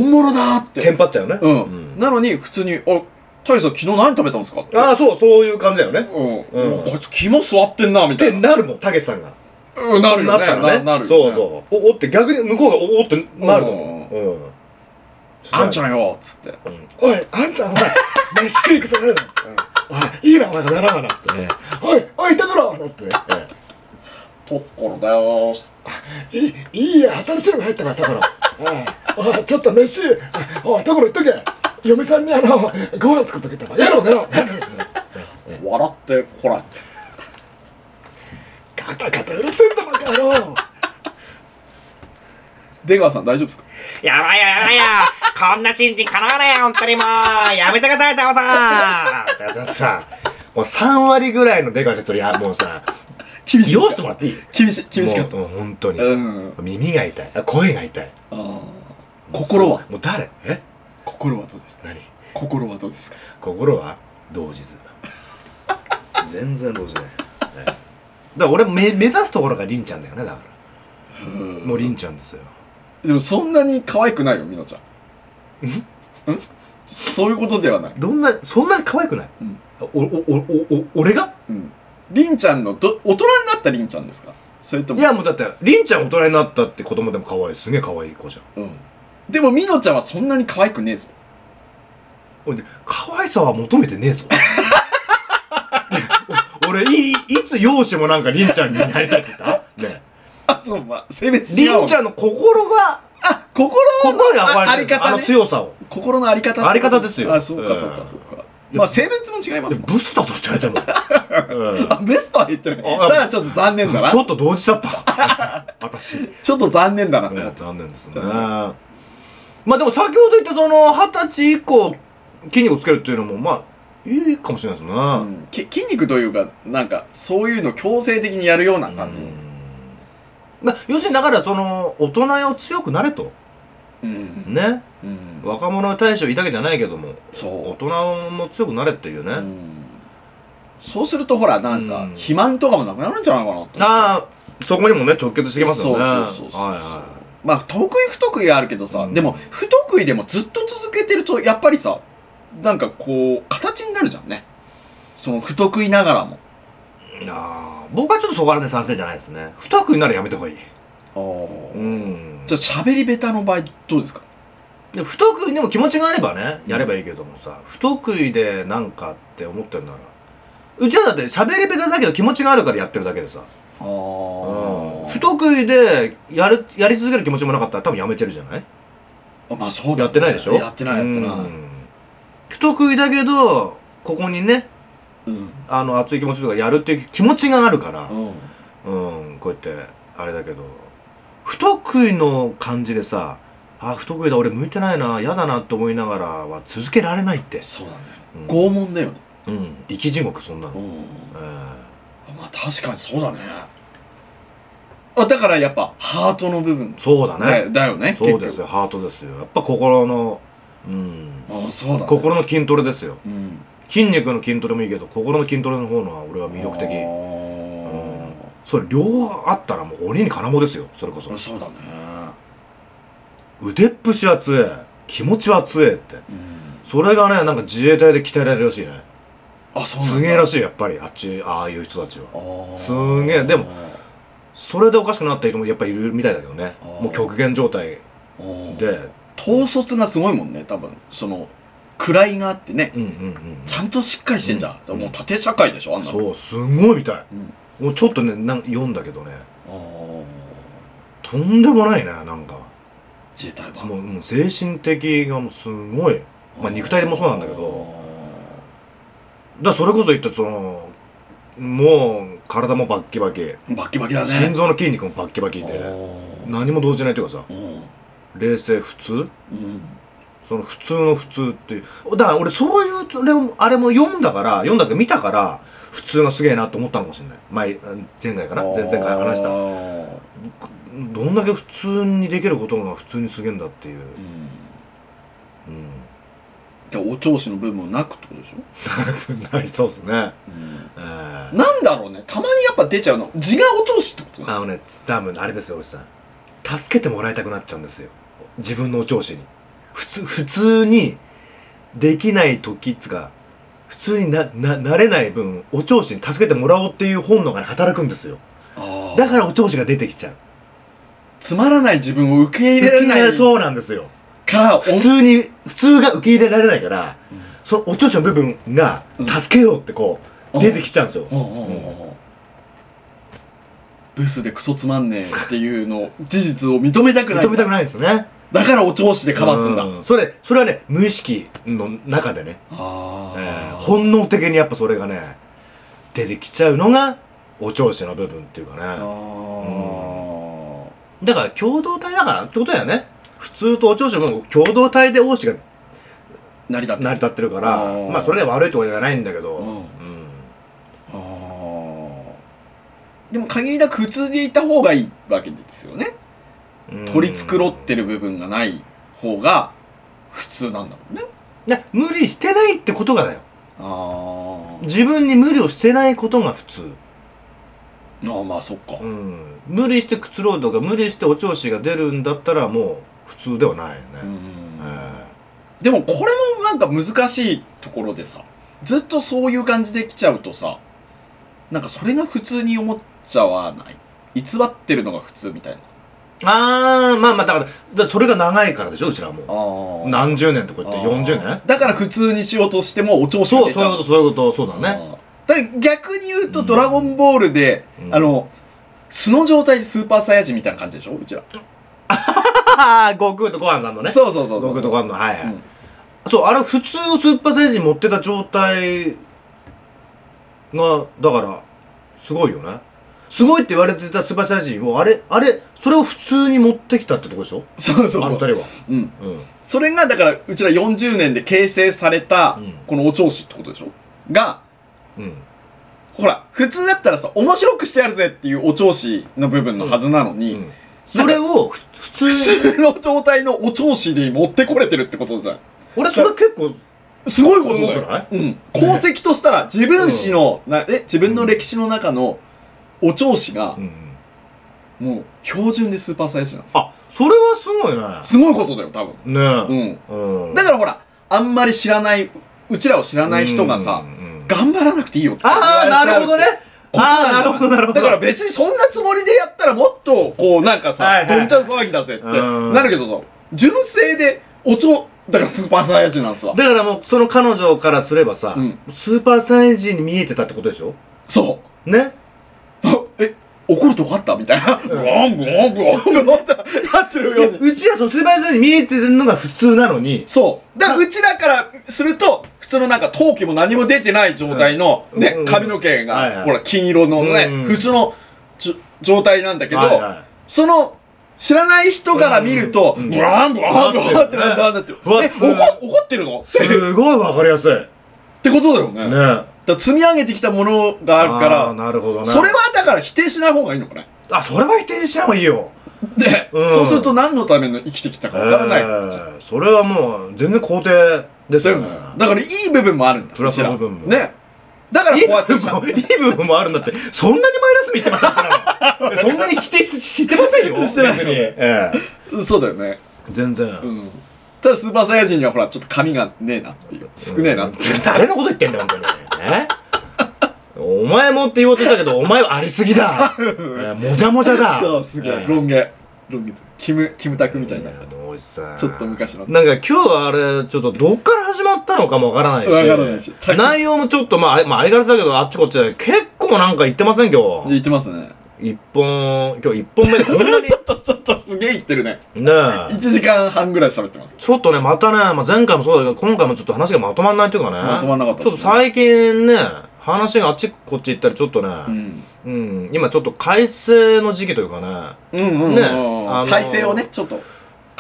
Speaker 3: 本物だーって
Speaker 2: テンパっちゃうね
Speaker 3: うん、
Speaker 2: うん
Speaker 3: なのに普通に「あ大イさん昨日何食べたんですか?」って
Speaker 2: ああそうそういう感じだよね
Speaker 3: うん、
Speaker 2: うん
Speaker 3: こいつ肝座ってんなみ
Speaker 2: ったて
Speaker 3: いな
Speaker 2: なるもんたけしさんが
Speaker 3: うんなるよ
Speaker 2: そう
Speaker 3: ね
Speaker 2: ったら
Speaker 3: ななるよ
Speaker 2: そ
Speaker 3: ね
Speaker 2: うそうおおって逆に向こうがおおってなると思ううん
Speaker 3: あんち
Speaker 2: ゃん
Speaker 3: ゃんよっつって
Speaker 2: おいあんちゃんお前 飯食いくさないなおいいいなお前がならんわなってねおいおいためろなんてね
Speaker 3: 「とっころだよーっつって
Speaker 2: いいいいや新しいのが入ったからタコロおいちょっと飯おいタコロ言っとけ嫁さんにあのご飯作っとけたやろうやろう
Speaker 3: 笑ってこら
Speaker 2: ガタガタうるせえんだバカ野郎
Speaker 3: 出川さん大丈夫ですか
Speaker 4: やばいよやばいよこんな新人かなわねえよ本当にもうやめてくださいタモさん
Speaker 2: だからさもう3割ぐらいのデカでそれやもうさ
Speaker 3: 厳しい
Speaker 2: 用してもらっていい
Speaker 3: 厳しい厳しかった
Speaker 2: もうもう本当に、
Speaker 3: うん
Speaker 2: 耳が痛いあ声が痛い
Speaker 3: あー心は
Speaker 2: もう誰え
Speaker 3: 心はどうですか
Speaker 2: 何
Speaker 3: 心はどうですか
Speaker 2: 心は動じず全然動じない、ええだから俺め目指すところが凛ちゃんだよねだか
Speaker 3: うん
Speaker 2: らもう凛ちゃんですよ
Speaker 3: でもそんなに可愛くないよみのちゃんんそういうことではない
Speaker 2: どんなそんなに可愛くない、
Speaker 3: うん
Speaker 2: おおおおお俺が
Speaker 3: うんりんちゃんのど大人になったりんちゃんですかそれとも
Speaker 2: いやもうだって凛ちゃん大人になったって子供でも可愛いすげえ可愛い子じゃん
Speaker 3: うんでもみのちゃんはそんなに可愛くねえぞ
Speaker 2: ほんで可愛さは求めて ねえぞお俺いいいつ容姿もなんか凛ちゃんになりたいって言ったね
Speaker 3: あそうまあ性別違う
Speaker 2: 凛ちゃんの心が
Speaker 3: あ心
Speaker 2: 心
Speaker 3: の
Speaker 2: に
Speaker 3: あ
Speaker 2: 憧
Speaker 3: あ
Speaker 2: れ
Speaker 3: り
Speaker 2: てるあ
Speaker 3: 方
Speaker 2: の
Speaker 3: ね
Speaker 2: 強さを
Speaker 3: 心のあり方ってこと
Speaker 2: あり方ですよ
Speaker 3: あそうか
Speaker 2: うん
Speaker 3: そうかそうかまあ性別も違いま
Speaker 2: です
Speaker 3: もん
Speaker 2: ブスだぞって言われても、 うん
Speaker 3: あベストは言ってない
Speaker 2: あ
Speaker 3: ただちょっと残念だな
Speaker 2: ちょっと同時だった 私ね
Speaker 3: ちょっと残念だなって思って
Speaker 2: 残念ですねまあでも先ほど言ったその二十歳以降筋肉つけるっていうのもまあいいかもしれないですね、
Speaker 3: うんき筋肉というかなんかそういうの強制的にやるような感
Speaker 2: うん
Speaker 3: じ
Speaker 2: まあ、要するにだからその大人よ強くなれと
Speaker 3: うん
Speaker 2: ね
Speaker 3: うん
Speaker 2: 若者に対していたけじゃないけども大
Speaker 3: そ
Speaker 2: 人も強くなれっていうね、
Speaker 3: う、うん、そうするとほらなんか
Speaker 2: うん
Speaker 3: 肥満とかもなくなるんじゃないかなって
Speaker 2: ああそこにもね直結してきますよね
Speaker 3: そうそうそうそう
Speaker 2: はいはい
Speaker 3: まあ得意不得意あるけどさ、
Speaker 2: うん
Speaker 3: でも不得意でもずっと続けてるとやっぱりさなんかこう形になるじゃんねその不得意ながらも
Speaker 2: あー僕はちょっとそこら辺で賛成じゃないですね不得意ならやめた方がいいん
Speaker 3: じゃあ喋り下手の場合どうですか
Speaker 2: で不得意でも気持ちがあればねやればいいけどもさ、不得意でなんかって思ってるならうちはだって喋り下手だけど気持ちがあるからやってるだけでさ、
Speaker 3: あ
Speaker 2: うん不得意でやるやり続ける気持ちもなかったら多分やめてるじゃない
Speaker 3: まあそうだね
Speaker 2: やってないでしょ
Speaker 3: やってないやってない
Speaker 2: うん不得意だけどここにね
Speaker 3: うん
Speaker 2: あの熱い気持ちとかやるっていう気持ちがあるから、
Speaker 3: うん
Speaker 2: うん、こうやってあれだけど不得意の感じでさあ不得意だ俺向いてないな嫌だなって思いながらは続けられないって、
Speaker 3: そうだね
Speaker 2: うん
Speaker 3: 拷問だよね
Speaker 2: うん、生き地獄そんな
Speaker 3: う
Speaker 2: の、
Speaker 3: ん
Speaker 2: えー
Speaker 3: まあ確かにそうだねあだからやっぱハートの部分
Speaker 2: そうだね
Speaker 3: だよね
Speaker 2: そうです
Speaker 3: よ
Speaker 2: よハートですよやっぱ心の、うん、
Speaker 3: ああそうだ、ね、
Speaker 2: 心の筋トレですよ
Speaker 3: うん
Speaker 2: 筋肉の筋トレもいいけど心の筋トレの方のは俺は魅力的
Speaker 3: あ
Speaker 2: それ両方あったらもう鬼に金棒ですよそれこそ
Speaker 3: ーそうだね
Speaker 2: 腕っぷしは強え気持ちは強えって
Speaker 3: うん
Speaker 2: それがねなんか自衛隊で鍛えられるらしいね
Speaker 3: あそうなんだ
Speaker 2: すげえら
Speaker 3: い
Speaker 2: しいやっぱりあっちああいう人たちはす
Speaker 3: ん
Speaker 2: げえでもそれでおかしくなった人もやっぱいるみたいだけどね
Speaker 3: あー
Speaker 2: もう極限状態
Speaker 3: で
Speaker 2: で
Speaker 3: 統率がすごいもんね多分その位があってね
Speaker 2: うんうんうん
Speaker 3: ちゃんとしっかりしてんじゃん、
Speaker 2: うん
Speaker 3: もう縦社会でしょあんなの
Speaker 2: そうすごいみたい
Speaker 3: うん
Speaker 2: もうちょっとねなん読んだけどね
Speaker 3: あー
Speaker 2: とんでもないねなんか
Speaker 3: 自衛隊は
Speaker 2: もうもう精神的がもうすごいまあ肉体もそうなんだけど
Speaker 3: あ
Speaker 2: らそれこそ言ったそのもう体もバッキバキ、
Speaker 3: バッキバキだね
Speaker 2: 心臓の筋肉もバッキバキ
Speaker 3: お
Speaker 2: で
Speaker 3: ー
Speaker 2: 何も動じないというかさ
Speaker 3: うん
Speaker 2: 冷静普通
Speaker 3: うん
Speaker 2: その普通の普通っていうだから俺そういうそれもあれも読んだから読んだっていうか見たから普通がすげえなと思ったのかもしれない前前回かな前々回話した
Speaker 3: あー
Speaker 2: どんだけ普通にできることが普通にすげえんだっていう、
Speaker 3: うん
Speaker 2: うん、
Speaker 3: じゃあお調子の部分はなくってことでしょ、
Speaker 2: なりそうですね、
Speaker 3: うん
Speaker 2: えー
Speaker 3: なんだろうねたまにやっぱ出ちゃうの字がお調子ってこと
Speaker 2: あのね多分あれですよおじさん助けてもらいたくなっちゃうんですよ自分のお調子に普通普通にできない時っつうか普通になななれない分お調子に助けてもらおうっていう本能がね、働くんですよ
Speaker 3: あー
Speaker 2: だからお調子が出てきちゃう
Speaker 3: つまらない自分を受け入れられないか
Speaker 2: そうなんですよ
Speaker 3: らお
Speaker 2: 普通に普通が受け入れられないから
Speaker 3: うん
Speaker 2: そのお調子の部分が
Speaker 3: うん
Speaker 2: 助けようってこう、出てきちゃうんですよ
Speaker 3: うんうんうんうんブスでクソつまんねえっていうのを事実を認めたくない
Speaker 2: 認めたくないんですよね
Speaker 3: だからお調子でカバーすんだ
Speaker 2: うそれそれはね無意識の中でね
Speaker 3: あ
Speaker 2: えー
Speaker 3: ー
Speaker 2: 本能的にやっぱそれがね出てきちゃうのがお調子の部分っていうかね
Speaker 3: あ
Speaker 2: だから共同体だからってことだよね普通とお調子の部分共同体で王子が
Speaker 3: ー成り立って
Speaker 2: 成り立ってるから
Speaker 3: あー
Speaker 2: まあそれが悪いとかじゃないんだけど、
Speaker 3: うん
Speaker 2: うん
Speaker 3: あーでも限りなく普通でいた方がいいわけですよね
Speaker 2: うん
Speaker 3: 取り繕ってる部分がない方が普通なんだもんね
Speaker 2: な無理してないってことがだよ
Speaker 3: あ
Speaker 2: 自分に無理をしてないことが普通、
Speaker 3: ーあーまあそっか
Speaker 2: うん、無理してくつろうとか無理してお調子が出るんだったらもう普通ではないよ
Speaker 3: う
Speaker 2: ね、
Speaker 3: ん
Speaker 2: えー
Speaker 3: でもこれもなんか難しいところでさずっとそういう感じで来ちゃうとさなんかそれが普通に思っちゃわない偽ってるのが普通みたいな
Speaker 2: あーまあまあだからだからそれが長いからでしょうちらはもう
Speaker 3: あ
Speaker 2: 何十年とか言って40年
Speaker 3: だから普通にしようとしてもお調子が
Speaker 2: そう
Speaker 3: 出ち
Speaker 2: そう
Speaker 3: ゃ
Speaker 2: いう
Speaker 3: う
Speaker 2: ことそういうことそうだね
Speaker 3: ねだから逆に言うと「ドラゴンボールで」
Speaker 2: うん
Speaker 3: あの素の状態でスーパーサイヤ人みたいな感じでしょうちら、
Speaker 2: ああ悟空とご飯さんのね
Speaker 3: そうそうそう
Speaker 2: 悟空とご飯のはいはい、
Speaker 3: うん
Speaker 2: そうあれ普通のスーパーサイヤ人持ってた状態がだからすごいよねすごいって言われてたスーパーサイヤ人をあれあれそれを普通に持ってきたってとこでしょ
Speaker 3: そう
Speaker 2: あ
Speaker 3: そ
Speaker 2: の二
Speaker 3: う、
Speaker 2: 人は
Speaker 3: うん、
Speaker 2: うん
Speaker 3: それがだからうちら40年で形成された
Speaker 2: うん
Speaker 3: このお調子ってことでしょが
Speaker 2: うん
Speaker 3: ほら、普通だったらさ、面白くしてやるぜっていうお調子の部分のはずなのに、
Speaker 2: うんそれをふ普通に
Speaker 3: 普通の状態のお調子に持ってこれてるってことじゃん。
Speaker 2: 俺それ結構
Speaker 3: すごいことだ
Speaker 2: すごくな
Speaker 3: よ
Speaker 2: い。
Speaker 3: うん。功績としたら、自分史の、なえ、自分の歴史の中のお調子が
Speaker 2: う、ん
Speaker 3: もう、標準でスーパーサイヤ人なんですよ。
Speaker 2: あそれはすごいね
Speaker 3: すごいことだよ、多分。
Speaker 2: ね
Speaker 3: う
Speaker 2: え
Speaker 3: ん。
Speaker 2: うん
Speaker 3: だからほら、あんまり知らない、うちらを知らない人がさ
Speaker 2: う、んうんうん
Speaker 3: 頑張らなくていいよって言われち
Speaker 2: あ
Speaker 3: ゃ
Speaker 2: あ
Speaker 3: う
Speaker 2: なるほどね
Speaker 3: ことんだよ
Speaker 2: あーなるほどなるほど
Speaker 3: だから別にそんなつもりでやったらもっとこうなんか
Speaker 2: は
Speaker 3: さ
Speaker 2: いはい
Speaker 3: どんちゃん騒ぎだぜって
Speaker 2: うん
Speaker 3: なるけどさ純正でおちょだからスーパーサイヤ人なんすわ
Speaker 2: だからもうその彼女からすればさ、
Speaker 3: うん
Speaker 2: スーパーサイヤ人に見えてたってことでしょ
Speaker 3: そう
Speaker 2: ね
Speaker 3: あえ怒るとこあったみたいなブワンブワンブワンブワンってなってる
Speaker 2: いや
Speaker 3: ように
Speaker 2: うちはそのスーパーサイヤ人に見えてるのが普通なのに、
Speaker 3: そうだからうちらからすると普通のなんか陶器も何も出てない状態の
Speaker 2: うん
Speaker 3: ね
Speaker 2: うん
Speaker 3: 髪の毛
Speaker 2: はいは
Speaker 3: が
Speaker 2: い
Speaker 3: ほら金色のね
Speaker 2: うん
Speaker 3: 普通のじょ状態なんだけど
Speaker 2: はいはい
Speaker 3: その、知らない人から見ると、
Speaker 2: うんうん
Speaker 3: ブワンブワンブワンってなんだなんだって。
Speaker 2: うわ
Speaker 3: え、
Speaker 2: すごい
Speaker 3: 怒怒ってるのって
Speaker 2: すごいわかりやすいね
Speaker 3: ってことだよね。だから積み上げてきたものがある
Speaker 2: ー
Speaker 3: か
Speaker 2: なるほど
Speaker 3: ら、
Speaker 2: ね
Speaker 3: それはだから否定しない方がいいのかね。
Speaker 2: あそれは否定しない方がいいよ
Speaker 3: で、
Speaker 2: うん
Speaker 3: そうすると何のための生きてきたかわからない。
Speaker 2: えーそれはもう全然肯定です
Speaker 3: だよ
Speaker 2: よ
Speaker 3: ね
Speaker 2: ね
Speaker 3: だからいい部分もあるんだ。
Speaker 2: プラスの
Speaker 3: うち
Speaker 2: 部
Speaker 3: ら
Speaker 2: 分も
Speaker 3: ね。だからこ
Speaker 2: いう
Speaker 3: やって
Speaker 2: い部
Speaker 3: さ
Speaker 2: 分もいい部分もあるんだってそんなにマイナス見ってませんから そんなに否定ししてませんよ
Speaker 3: してない
Speaker 2: 別にええ
Speaker 3: そうだよね。
Speaker 2: 全然、
Speaker 3: うん。ただスーパーサイヤ人にはほら、ちょっと髪がねえなっていう。少ねえなっていう。
Speaker 2: 誰のこと言ってんだよ本当にねお前もって言おうとしたけどお前はありすぎ だ、えーもじゃもじゃだ
Speaker 3: そう、すげえ。
Speaker 2: ロ
Speaker 3: ロン毛。ロン毛。キム、キムタクみたいになった。
Speaker 2: もうおじさん
Speaker 3: ちょっと昔の。
Speaker 2: なんか今日はあれちょっとどっから始まったのかもわからないし
Speaker 3: わからないし着地
Speaker 2: 内容もちょっとまあ、あいまあ、相変わらずだけどあっちこっちで結構なんか言ってません今
Speaker 3: 言
Speaker 2: 日
Speaker 3: ってますね。
Speaker 2: 一本今日一本目でこんなに
Speaker 3: ちょっとすげえ言ってるね。
Speaker 2: ねえ
Speaker 3: 1時間半ぐらい喋ってます。
Speaker 2: ちょっとね、またね、まあ、前回もそうだけど、今回もちょっと話がまとまんないというかね。
Speaker 3: まとまんなかった
Speaker 2: ちょ
Speaker 3: で
Speaker 2: っ
Speaker 3: す
Speaker 2: と
Speaker 3: ね
Speaker 2: 最近ね、話があっちこっち行ったり、ちょっと
Speaker 3: う
Speaker 2: ね、
Speaker 3: ん。
Speaker 2: うん、今ちょっと改正の時期というかね、
Speaker 3: うんうんうん、
Speaker 2: ねあのー
Speaker 3: 体制をね、ちょっと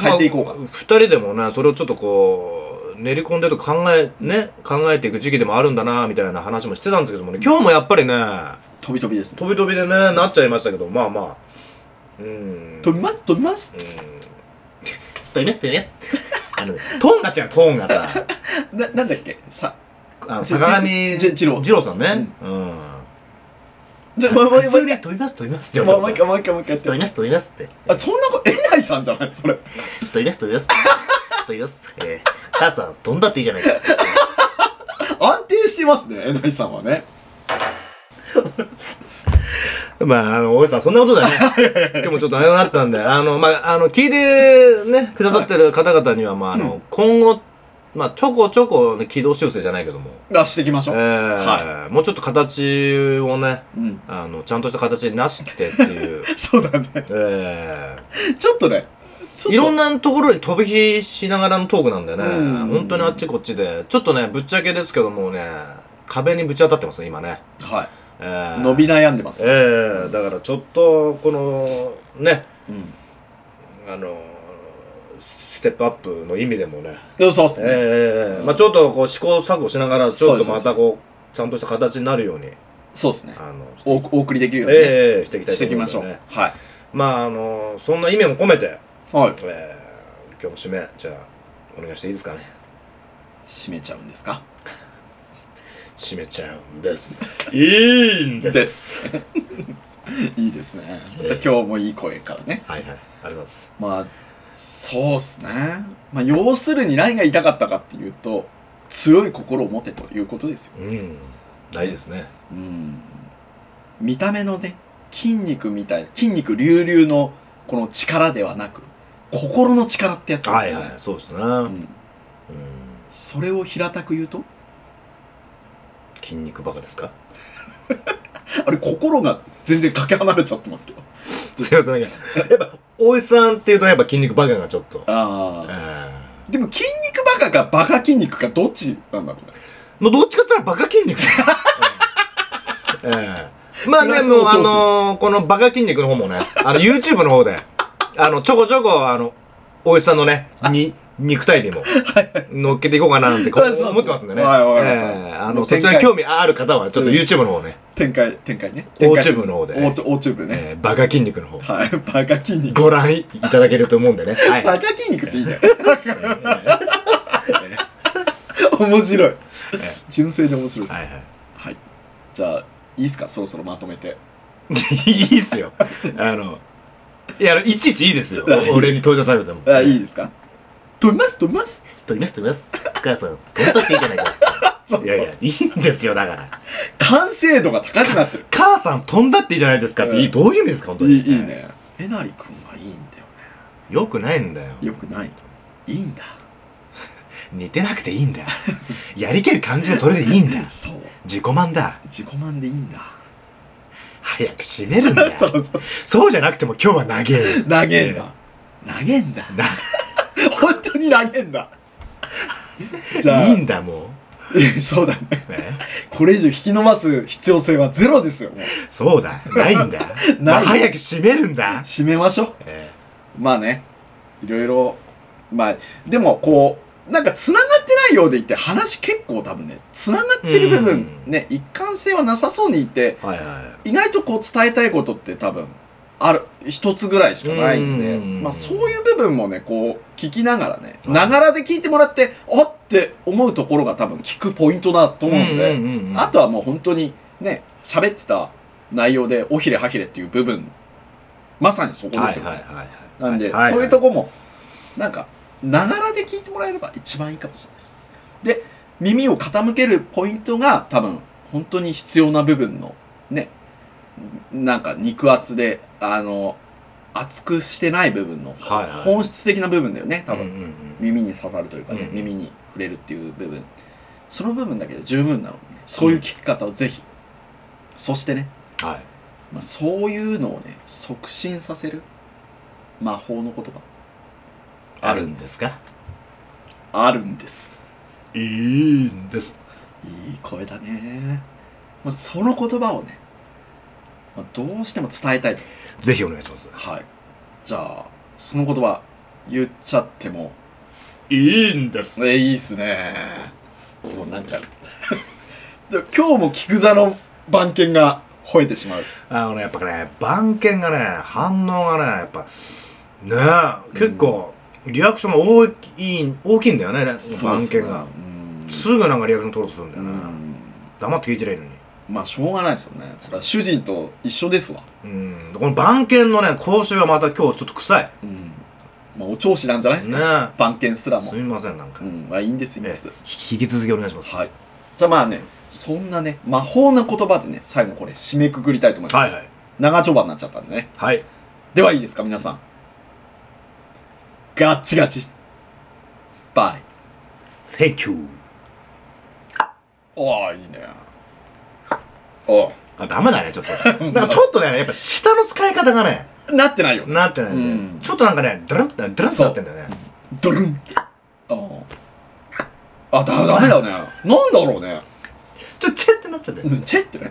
Speaker 3: 変えていこうか。
Speaker 2: まあ二人でもね、それをちょっとこう、練り込んでると考え、ね、考えていく時期でもあるんだな、みたいな話もしてたんですけどもね、今日もやっぱりね、
Speaker 3: 飛び飛びですね。
Speaker 2: 飛び飛びでね、なっちゃいましたけど、まあまあ、うん。
Speaker 3: 飛びます飛びます
Speaker 2: 飛びます、飛びます。あの、トーンが違う、トーンがさ。
Speaker 3: な、なんだっけさ、
Speaker 2: あの
Speaker 3: じ
Speaker 2: 坂上
Speaker 3: じじろう
Speaker 2: 二郎さんね。うん。
Speaker 3: じゃ、もうもうもう
Speaker 2: 普通
Speaker 3: 一
Speaker 2: に
Speaker 3: 回。
Speaker 2: 飛びます飛びますって
Speaker 3: も
Speaker 2: 言
Speaker 3: うも
Speaker 2: われ
Speaker 3: う一
Speaker 2: て
Speaker 3: 回、もう一回、もう一回やって
Speaker 2: 飛び。ます飛びますって。
Speaker 3: あ、そんなこと、えないさんじゃないそれ。
Speaker 2: 飛びます飛びます。飛びます。えー、母さん飛んだっていいじゃないか。
Speaker 3: 安定してますね、えないさんはね。
Speaker 2: まあ、あの、大石さん、そんなこと だね。今日もちょっとあれになったんで、あの、まあ、あの、聞いてね、くださってる方々には、まあ、あ
Speaker 3: う
Speaker 2: の、今後、まあ、ちょこちょこね軌道修正じゃないけども、
Speaker 3: 出していきまし
Speaker 2: え
Speaker 3: ょう。
Speaker 2: ー、もうちょっと形をね、
Speaker 3: うん。
Speaker 2: あの、ちゃんとした形になしてって いう、
Speaker 3: そうだね。
Speaker 2: えー、
Speaker 3: ちょっとね。
Speaker 2: いろん
Speaker 3: な。
Speaker 2: なところに飛び火しながらのトークなんだよね。
Speaker 3: うん
Speaker 2: 本当にあっちこっちで。ちょっとね、ぶっちゃけですけどもうね、壁にぶち当たってますね、今ね。
Speaker 3: は
Speaker 2: えー
Speaker 3: い。伸び悩んでます。
Speaker 2: えーだからちょっと、この、ね、
Speaker 3: うん。
Speaker 2: あの、ステップアップの意味でもね。
Speaker 3: そうっすね。
Speaker 2: えーまあちょっとこう試行錯誤しながら、ちょっとま
Speaker 3: そうですそう
Speaker 2: た
Speaker 3: です
Speaker 2: こう、ちゃんとした形になるように、
Speaker 3: そうっすね。
Speaker 2: あの、
Speaker 3: おお送りできるようにね、
Speaker 2: えーしていきたい
Speaker 3: して
Speaker 2: と
Speaker 3: いき
Speaker 2: 思い
Speaker 3: ま
Speaker 2: ます
Speaker 3: しょ
Speaker 2: ね。
Speaker 3: う。はい。
Speaker 2: まああの、そんな意味も込めて、
Speaker 3: はい。
Speaker 2: えー今日の締め、じゃあ、お願いしていいですかね。
Speaker 3: 閉めちゃうんですか
Speaker 2: 閉めちゃうん です。いいんです。
Speaker 3: です。 いいですね。また今日もいい声からね。
Speaker 2: はいはい。ありがとうございます。
Speaker 3: まあ、そうっすね。まあ、要するに何が言いたかったかっていうと、強い心を持てということですよ。
Speaker 2: うん。大事ですね。
Speaker 3: うん。見た目のね、筋肉みたい、筋肉隆々のこの力ではなく、心の力ってやつですよね。
Speaker 2: はいはい。そうですね。
Speaker 3: う
Speaker 2: うん。
Speaker 3: ん。それを平たく言うと、
Speaker 2: 筋肉バカですか
Speaker 3: あれ心が全然かけ離れちゃってますけど。
Speaker 2: すいません。なんかやっぱ、大石さんっていうとやっぱ筋肉バカがちょっと。
Speaker 3: あ
Speaker 2: えー
Speaker 3: でも筋肉バカかバカ筋肉かどっちなんだろうね。
Speaker 2: もうどっちかって言ったらバカ筋肉。 うんええまあ
Speaker 3: プ
Speaker 2: ね、
Speaker 3: ラス
Speaker 2: も
Speaker 3: の
Speaker 2: うあ
Speaker 3: 調子
Speaker 2: のこのバカ筋肉の方もね、あの YouTube の方で、あの、ちょこちょこ、あの、大石さんのね、に、肉体にも、乗っけていこうかななんて、こ
Speaker 3: そうそう
Speaker 2: う
Speaker 3: そう
Speaker 2: 思ってますんでね。
Speaker 3: はいわかりました
Speaker 2: ええあ
Speaker 3: も
Speaker 2: の、
Speaker 3: う
Speaker 2: そ
Speaker 3: 展
Speaker 2: ち
Speaker 3: 開
Speaker 2: らに興味ある方は、ちょっと
Speaker 3: うん
Speaker 2: YouTube の方ね、
Speaker 3: 展開、展開ね。
Speaker 2: 大
Speaker 3: 展開
Speaker 2: チューブの方で
Speaker 3: 大チュ大チューブね。
Speaker 2: ええバカ筋肉の方、
Speaker 3: はい。 バカ筋肉。
Speaker 2: ご覧いただけると思うんでね。はい。
Speaker 3: バカ筋肉っていいね。
Speaker 2: ええは
Speaker 3: 面白い。純正で面白いです。
Speaker 2: い
Speaker 3: は。
Speaker 2: はいい。
Speaker 3: じゃあ、いいっすかそろそろまとめて。
Speaker 2: い いっすよ。あの、いや、あのいちいちいい ですよ。俺に問い出されても。
Speaker 3: あ、いいですか飛びます飛びます
Speaker 2: 飛びます飛びます母さん飛んだっていいじゃないかいやいやいいんですよだから
Speaker 3: 完成度が高くなってる。
Speaker 2: 母さん飛んだっていいじゃないですかって、いい
Speaker 3: うん
Speaker 2: どういう意味です か本当に
Speaker 3: いい、いいね。えなりくんはいいんだよ
Speaker 2: よくないんだよ
Speaker 3: ね。よくない。いいんだ。
Speaker 2: 似てなくていいんだよやりきる感じでそれでいいんだよ
Speaker 3: そう。
Speaker 2: 自己満だ
Speaker 3: 自己満でいいんだ。
Speaker 2: 早く閉めるんだ
Speaker 3: そ
Speaker 2: よ
Speaker 3: うそう。
Speaker 2: そうじゃなくても今日は長えよ
Speaker 3: 投げんだ。投げんだ。
Speaker 2: な
Speaker 3: 本当に投げんだ。じゃあ
Speaker 2: いいんだも
Speaker 3: そうだね。
Speaker 2: う、ね、
Speaker 3: これ以上引き伸ばす必要性はゼロですよ。もう
Speaker 2: そうだないんだ
Speaker 3: ない
Speaker 2: 早く閉めるんだ、
Speaker 3: 締めましょう。
Speaker 2: え
Speaker 3: まあね、いろいろ、まあ、でもこう、なんか繋がってないようでいて、話結構多分ね、繋がってる部分、
Speaker 2: うん
Speaker 3: ね、一貫性はなさそうにいて、
Speaker 2: えはいは
Speaker 3: 意外とこう伝えたいことって多分、ある、一つぐらいしかないんで、
Speaker 2: うん
Speaker 3: まあそういう部分もね、こう、聞きながらね、
Speaker 2: はい
Speaker 3: ながらで聞いてもらって、あって思うところが多分聞くポイントだと
Speaker 2: い
Speaker 3: 思うんで、
Speaker 2: ん
Speaker 3: あとはもう本当にね、喋ってた内容で、おひれはひれっていう部分、まさにそこ
Speaker 2: は
Speaker 3: で
Speaker 2: い
Speaker 3: すよね。
Speaker 2: はいはいはい
Speaker 3: なんで、
Speaker 2: は
Speaker 3: そういうとこも、なんか、ながらで聞いてもらえれば一番いいかもしれないです。で、耳を傾けるポイントが多分、本当に必要な部分の、ね、なんか肉厚で、あの、厚くしてない部分の、
Speaker 2: はいはい
Speaker 3: 本質的な部分だよね、多分。
Speaker 2: うんうんうん
Speaker 3: 耳に刺さるというかね、
Speaker 2: うん
Speaker 3: 耳に触れるっていう部分その部分だけで十分なの、ね、そういう聞き方をぜひ、そしてね、
Speaker 2: はい
Speaker 3: まあ、そういうのをね促進させる魔法の言葉
Speaker 2: あるんですか
Speaker 3: あるんです
Speaker 2: いいんです
Speaker 3: いい声だね、まあ、その言葉をね、まあ、どうしても伝えたいと
Speaker 2: ぜひお願いします
Speaker 3: はいじゃあその言葉言っちゃっても
Speaker 2: いいんです
Speaker 3: えいいっすねもうなんか でも今日も菊座の番犬が吠えてしまう
Speaker 2: あのねやっぱね番犬がね反応がねやっぱねえ結構リアクションが大きい大きいんだよね番犬がす
Speaker 3: う
Speaker 2: ぐなんかリアクション取ろうとするんだ
Speaker 3: う
Speaker 2: よ
Speaker 3: ん
Speaker 2: ね、黙って聞いてりゃいいのに
Speaker 3: まあしょうがないですよねそれは主人と一緒ですわ
Speaker 2: うんこの番犬のね口臭がまた今日ちょっと臭い
Speaker 3: うんまあお調子なんじゃないです
Speaker 2: ね
Speaker 3: か、番犬すら
Speaker 2: え
Speaker 3: も
Speaker 2: すみませんなんか、
Speaker 3: うんまあいいんですいいん
Speaker 2: え
Speaker 3: です
Speaker 2: え引き続きお願いします
Speaker 3: はいじゃあまあねそんなね魔法な言葉でね最後これ締めくくりたいと思います、
Speaker 2: はいはい
Speaker 3: 長丁場になっちゃったんでね
Speaker 2: はい
Speaker 3: ではいいですか皆さんガッチガチバイ
Speaker 2: Thank you
Speaker 3: おーいいねお
Speaker 2: あダメだねちょっとなんかちょっとねやっぱ舌の使い方がね
Speaker 3: うなってないよ
Speaker 2: なってないんで、
Speaker 3: うん
Speaker 2: ちょっとなんかねドランドランってなってんだよね
Speaker 3: ドルンあーあだダメだねなんだろうね
Speaker 2: ちょっとチェってなっちゃって
Speaker 3: うんチェってね